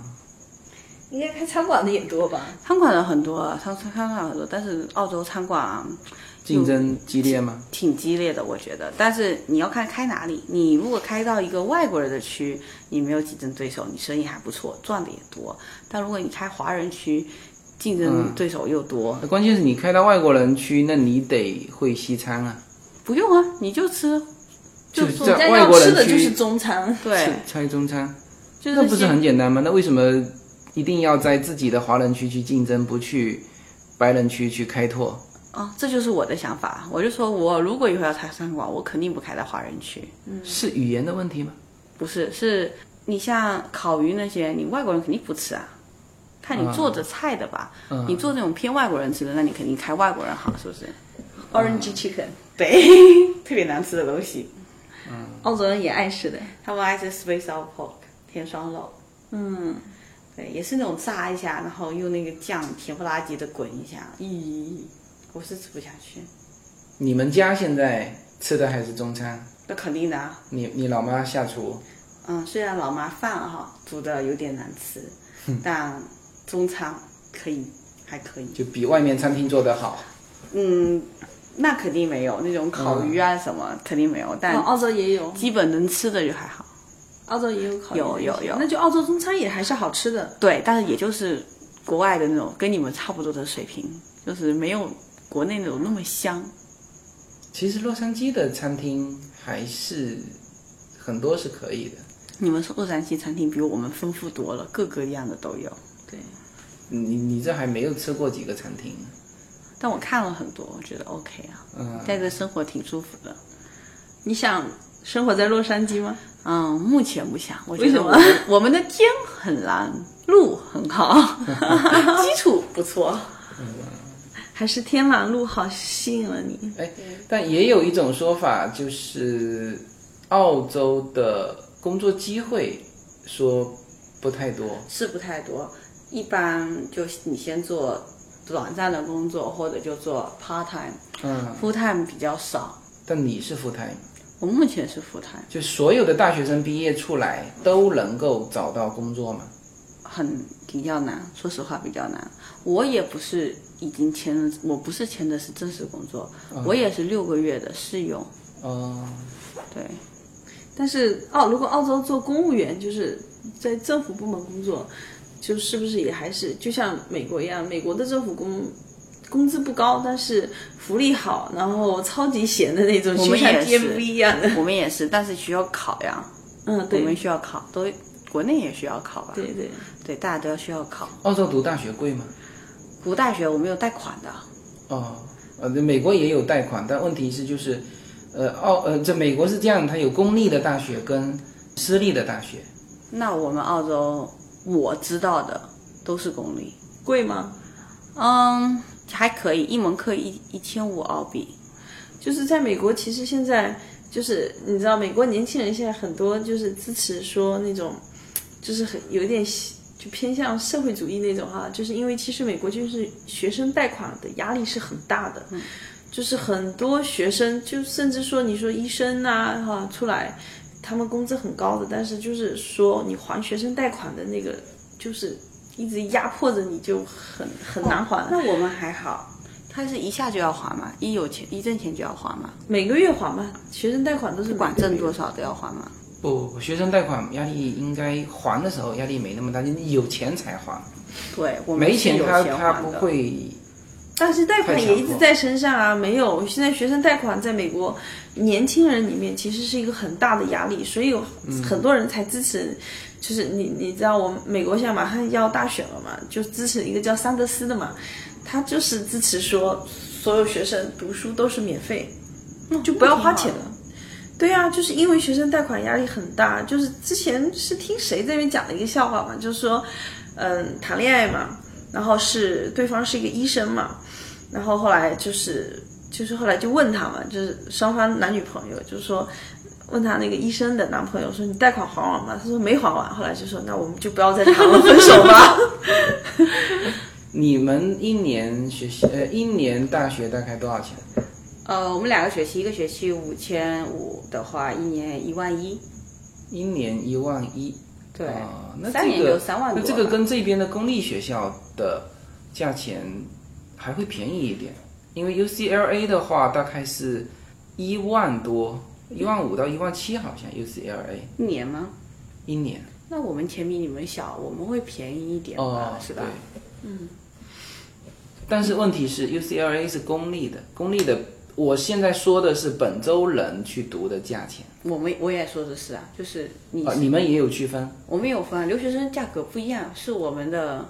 [SPEAKER 6] 应该开餐馆的也多吧？
[SPEAKER 3] 餐馆的很多啊，餐餐餐馆很多，但是澳洲餐馆啊
[SPEAKER 2] 竞争激烈吗？
[SPEAKER 3] 挺激烈的，我觉得。但是你要看开哪里，你如果开到一个外国人的区，你没有竞争对手，你生意还不错，赚的也多。但如果你开华人区，竞争对手又多，
[SPEAKER 2] 那关键是你开到外国人区，那你得会西餐啊，
[SPEAKER 3] 不用啊，你就吃，
[SPEAKER 2] 就
[SPEAKER 3] 做
[SPEAKER 2] 在
[SPEAKER 4] 但
[SPEAKER 2] 外
[SPEAKER 4] 要
[SPEAKER 2] 国
[SPEAKER 4] 吃
[SPEAKER 2] 人
[SPEAKER 4] 的就
[SPEAKER 2] 区
[SPEAKER 4] 是中餐，
[SPEAKER 3] 对，
[SPEAKER 2] 拆中餐，
[SPEAKER 3] 就
[SPEAKER 2] 那不是
[SPEAKER 3] 先
[SPEAKER 2] 很简单吗？那为什么一定要在自己的华人区去竞争，不去白人区去开拓？
[SPEAKER 3] 啊，这就是我的想法。我就说我如果以后要开餐馆，我肯定不开在华人区，
[SPEAKER 2] 是语言的问题吗？
[SPEAKER 3] 不是，是你像烤鱼那些，你外国人肯定不吃啊。看你做的菜的吧，你做那种偏外国人吃的，那你肯定开外国人好，是不是？
[SPEAKER 6] Orange chicken，
[SPEAKER 3] 对， 特别难吃的东西。
[SPEAKER 6] 澳洲人也爱吃的。
[SPEAKER 3] 他们爱吃 space out pork 甜双肉，
[SPEAKER 4] 嗯，
[SPEAKER 3] 对，也是那种炸一下，然后用那个酱甜不拉几的滚一下，咦，我是吃不下去。
[SPEAKER 2] 你们家现在吃的还是中餐？
[SPEAKER 3] 那肯定的啊，
[SPEAKER 2] 你你老妈下厨，
[SPEAKER 3] 嗯，虽然老妈饭哈、煮的有点难吃，但中餐可以，还可以。
[SPEAKER 2] 就比外面餐厅做得好。
[SPEAKER 3] 嗯，那肯定没有那种烤鱼啊什么，肯定没有，但
[SPEAKER 4] 哦澳洲也有，
[SPEAKER 3] 基本能吃的就还好。
[SPEAKER 4] 澳洲也有烤鱼
[SPEAKER 3] 有
[SPEAKER 4] 那
[SPEAKER 3] 有
[SPEAKER 4] 些
[SPEAKER 3] 有
[SPEAKER 4] 那就澳洲中餐也还是好吃的。
[SPEAKER 3] 对，但是也就是国外的那种跟你们差不多的水平，就是没有国内那种那么香。
[SPEAKER 2] 其实洛杉矶的餐厅还是很多是可以的。
[SPEAKER 3] 你们说洛杉矶餐厅比我们丰富多了，各个样的都有。
[SPEAKER 2] 你你这还没有吃过几个餐厅？
[SPEAKER 3] 但我看了很多，我觉得 OK 啊，
[SPEAKER 2] 嗯，
[SPEAKER 3] 在这生活挺舒服的。
[SPEAKER 4] 你想生活在洛杉矶吗？
[SPEAKER 3] 嗯，目前不想，我觉
[SPEAKER 4] 为
[SPEAKER 3] 得
[SPEAKER 4] 什
[SPEAKER 3] 我
[SPEAKER 4] 么
[SPEAKER 3] 们我们的天很蓝，路很 好，基础不错。
[SPEAKER 4] 还是天蓝路好吸引了你？
[SPEAKER 2] 哎，但也有一种说法，就是澳洲的工作机会说不太多。
[SPEAKER 3] 是不太多，一般就你先做短暂的工作，或者就做 part time，full
[SPEAKER 2] 嗯，
[SPEAKER 3] time 比较少。
[SPEAKER 2] 但你是 full time，
[SPEAKER 3] 我目前是 full time，
[SPEAKER 2] 就所有的大学生毕业出来都能够找到工作嘛？
[SPEAKER 3] 很比较难，说实话比较难。我也不是已经签了，我不是签的是正式工作，我也是六个月的试用。
[SPEAKER 2] 哦、
[SPEAKER 3] 对，
[SPEAKER 4] 但是澳如果澳洲做公务员，就是在政府部门工作，就是不是也还是就像美国一样，美国的政府工工资不高，但是福利好，然后超级闲的那种，
[SPEAKER 3] 我们
[SPEAKER 4] 就像
[SPEAKER 3] 也是
[SPEAKER 4] TFB 一样的。
[SPEAKER 3] 我们也是，但是需要考呀，
[SPEAKER 4] 嗯，
[SPEAKER 3] 我
[SPEAKER 4] 对
[SPEAKER 3] 们需要考，都国内也需要考吧？
[SPEAKER 4] 对对，
[SPEAKER 3] 对，大家都要需要考。
[SPEAKER 2] 澳洲读大学贵吗？
[SPEAKER 3] 读大学我们有贷款的，
[SPEAKER 2] 哦，呃，美国也有贷款，但问题是就是，呃，澳呃，这美国是这样，它有公立的大学跟私立的大学，
[SPEAKER 3] 那我们澳洲我知道的都是公立。
[SPEAKER 4] 贵吗？
[SPEAKER 3] 嗯，还可以，一门课一一千五澳币。
[SPEAKER 4] 就是在美国，其实现在就是你知道，美国年轻人现在很多就是支持说那种，就是很有一点喜就偏向社会主义那种哈、就是因为其实美国就是学生贷款的压力是很大的，
[SPEAKER 3] 嗯
[SPEAKER 4] 就是很多学生就甚至说你说医生呐、哈、出来，他们工资很高的，但是就是说你还学生贷款的那个就是。一直压迫着你就很很难还、
[SPEAKER 3] 哦那我们还好，他是一下就要还嘛，一有钱一挣钱就要还嘛，
[SPEAKER 4] 每个月还吧，学生贷款都是
[SPEAKER 3] 不管
[SPEAKER 4] 每个
[SPEAKER 3] 挣
[SPEAKER 4] 月
[SPEAKER 3] 多少都要还嘛。
[SPEAKER 2] 不不不，学生贷款压力应该还的时候压力没那么大，就你有钱才还，
[SPEAKER 3] 对，我们
[SPEAKER 2] 没
[SPEAKER 3] 是
[SPEAKER 2] 钱
[SPEAKER 3] 有
[SPEAKER 2] 他
[SPEAKER 3] 钱
[SPEAKER 2] 他
[SPEAKER 3] 还
[SPEAKER 2] 不
[SPEAKER 3] 的。
[SPEAKER 2] 会。
[SPEAKER 4] 但是贷款也一
[SPEAKER 2] 太强
[SPEAKER 4] 直
[SPEAKER 2] 了
[SPEAKER 4] 在身上啊，没有。现在学生贷款在美国年轻人里面其实是一个很大的压力，所以有
[SPEAKER 2] 嗯
[SPEAKER 4] 很多人才支持。就是你你知道，我们美国现在马上要大选了嘛，就支持一个叫桑德斯的嘛，他就是支持说所有学生读书都是免费，就不要花钱了。对啊，就是因为学生贷款压力很大。就是之前是听谁在那边讲了一个笑话嘛，就是说，嗯，谈恋爱嘛，然后是对方是一个医生嘛，然后后来就是就是后来就问他嘛，就是双方男女朋友，就是说问他那个医生的男朋友说你贷款还完吗？他说没还完，后来就说那我们就不要再谈了，分手吧。
[SPEAKER 2] 你们一年学习呃一年大学大概多少钱？
[SPEAKER 3] 呃，我们两个学期，一个学期五千五的话，一年一万一。
[SPEAKER 2] 一年一万一。
[SPEAKER 3] 对，
[SPEAKER 2] 啊，那
[SPEAKER 3] 三
[SPEAKER 2] 这
[SPEAKER 3] 年
[SPEAKER 2] 个
[SPEAKER 3] 就三万
[SPEAKER 2] 那
[SPEAKER 3] 多
[SPEAKER 2] 这个
[SPEAKER 3] 吧
[SPEAKER 2] 跟这边的公立学校的价钱还会便宜一点，因为 UCLA 的话大概是一万多，一万五到一万七，好像 UCLA
[SPEAKER 3] 一年吗？
[SPEAKER 2] 一年。
[SPEAKER 3] 那我们钱比你们小，我们会便宜一点吧，
[SPEAKER 2] 哦，
[SPEAKER 3] 是吧嗯
[SPEAKER 2] 对？但是问题是，UCLA 是公立的，公立的，我现在说的是本州人去读的价钱
[SPEAKER 3] 我们我也说的是啊，就是你
[SPEAKER 2] 啊、你们也有区分
[SPEAKER 3] 我们有分啊留学生价格不一样，是我们的，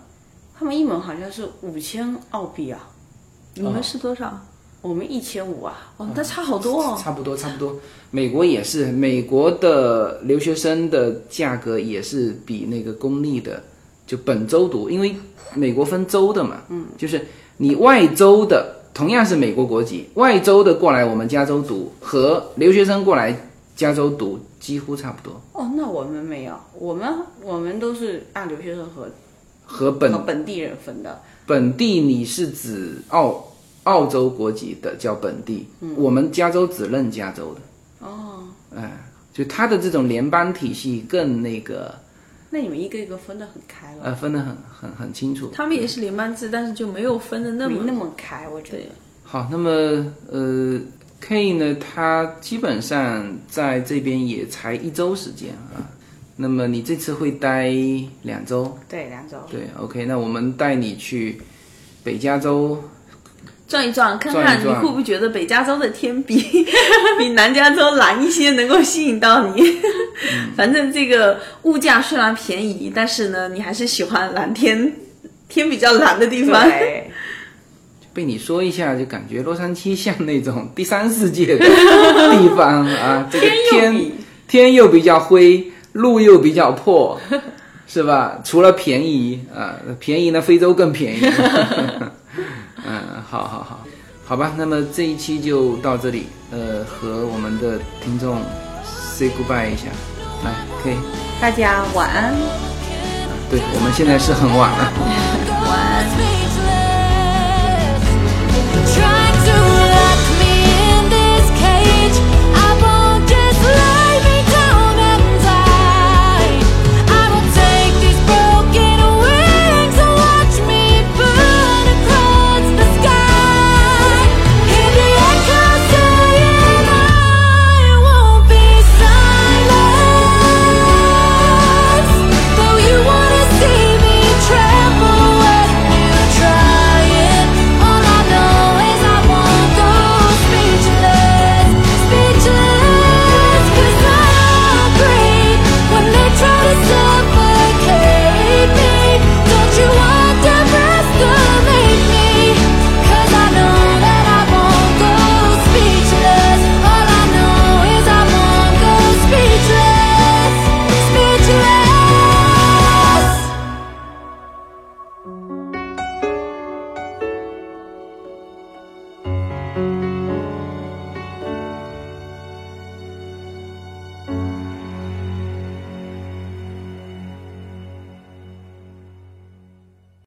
[SPEAKER 3] 他们一门好像是五千澳币啊，
[SPEAKER 4] 你们是多少？
[SPEAKER 3] 我们一千五啊，
[SPEAKER 4] 哦，那差好多哦。
[SPEAKER 2] 差不多，差不多。美国也是，美国的留学生的价格也是比那个公立的，就本州读，因为美国分州的嘛，嗯，就是你外州的同样是美国国籍，外州的过来我们加州读和留学生过来加州读几乎差不多，
[SPEAKER 3] 哦，那我们没有，我们我们都是按留学生和
[SPEAKER 2] 和本
[SPEAKER 3] 和本地人分的，
[SPEAKER 2] 本地你是指澳澳洲国籍的叫本地，
[SPEAKER 4] 嗯
[SPEAKER 2] 我们加州只认加州的。哦，哎，就它的这种联邦体系更那个
[SPEAKER 3] 那你们一个一个分得很开了，
[SPEAKER 2] 呃分得很很很清楚。
[SPEAKER 4] 他们也是联班制，但是就没有分
[SPEAKER 2] 嗯
[SPEAKER 4] 的那
[SPEAKER 3] 没
[SPEAKER 4] 么
[SPEAKER 3] 那么开，我觉得。
[SPEAKER 2] 好，那么呃，K 呢，他基本上在这边也才一周时间啊。那么你这次会待两周，
[SPEAKER 3] 对，两周。
[SPEAKER 2] 对，OK，那我们带你去北加州
[SPEAKER 4] 转一转，看
[SPEAKER 2] 转
[SPEAKER 4] 看
[SPEAKER 2] 一
[SPEAKER 4] 你
[SPEAKER 2] 转
[SPEAKER 4] 会不会觉得北加州的天比 比南加州蓝一些，能够吸引到你。反正这个物价虽然便宜，但是呢，你还是喜欢蓝天，天比较蓝的地方。
[SPEAKER 3] 对，
[SPEAKER 2] 被你说一下，就感觉洛杉矶像那种第三世界的地方啊，这个天天又比较灰，路又比较破，是吧？除了便宜啊，便宜呢，非洲更 便宜。嗯，好好好，好吧，那么这一期就到这里，呃，和我们的听众 say goodbye 一下，来，可以，
[SPEAKER 4] 大家晚安。
[SPEAKER 2] 对我们现在是很晚了。
[SPEAKER 1] Try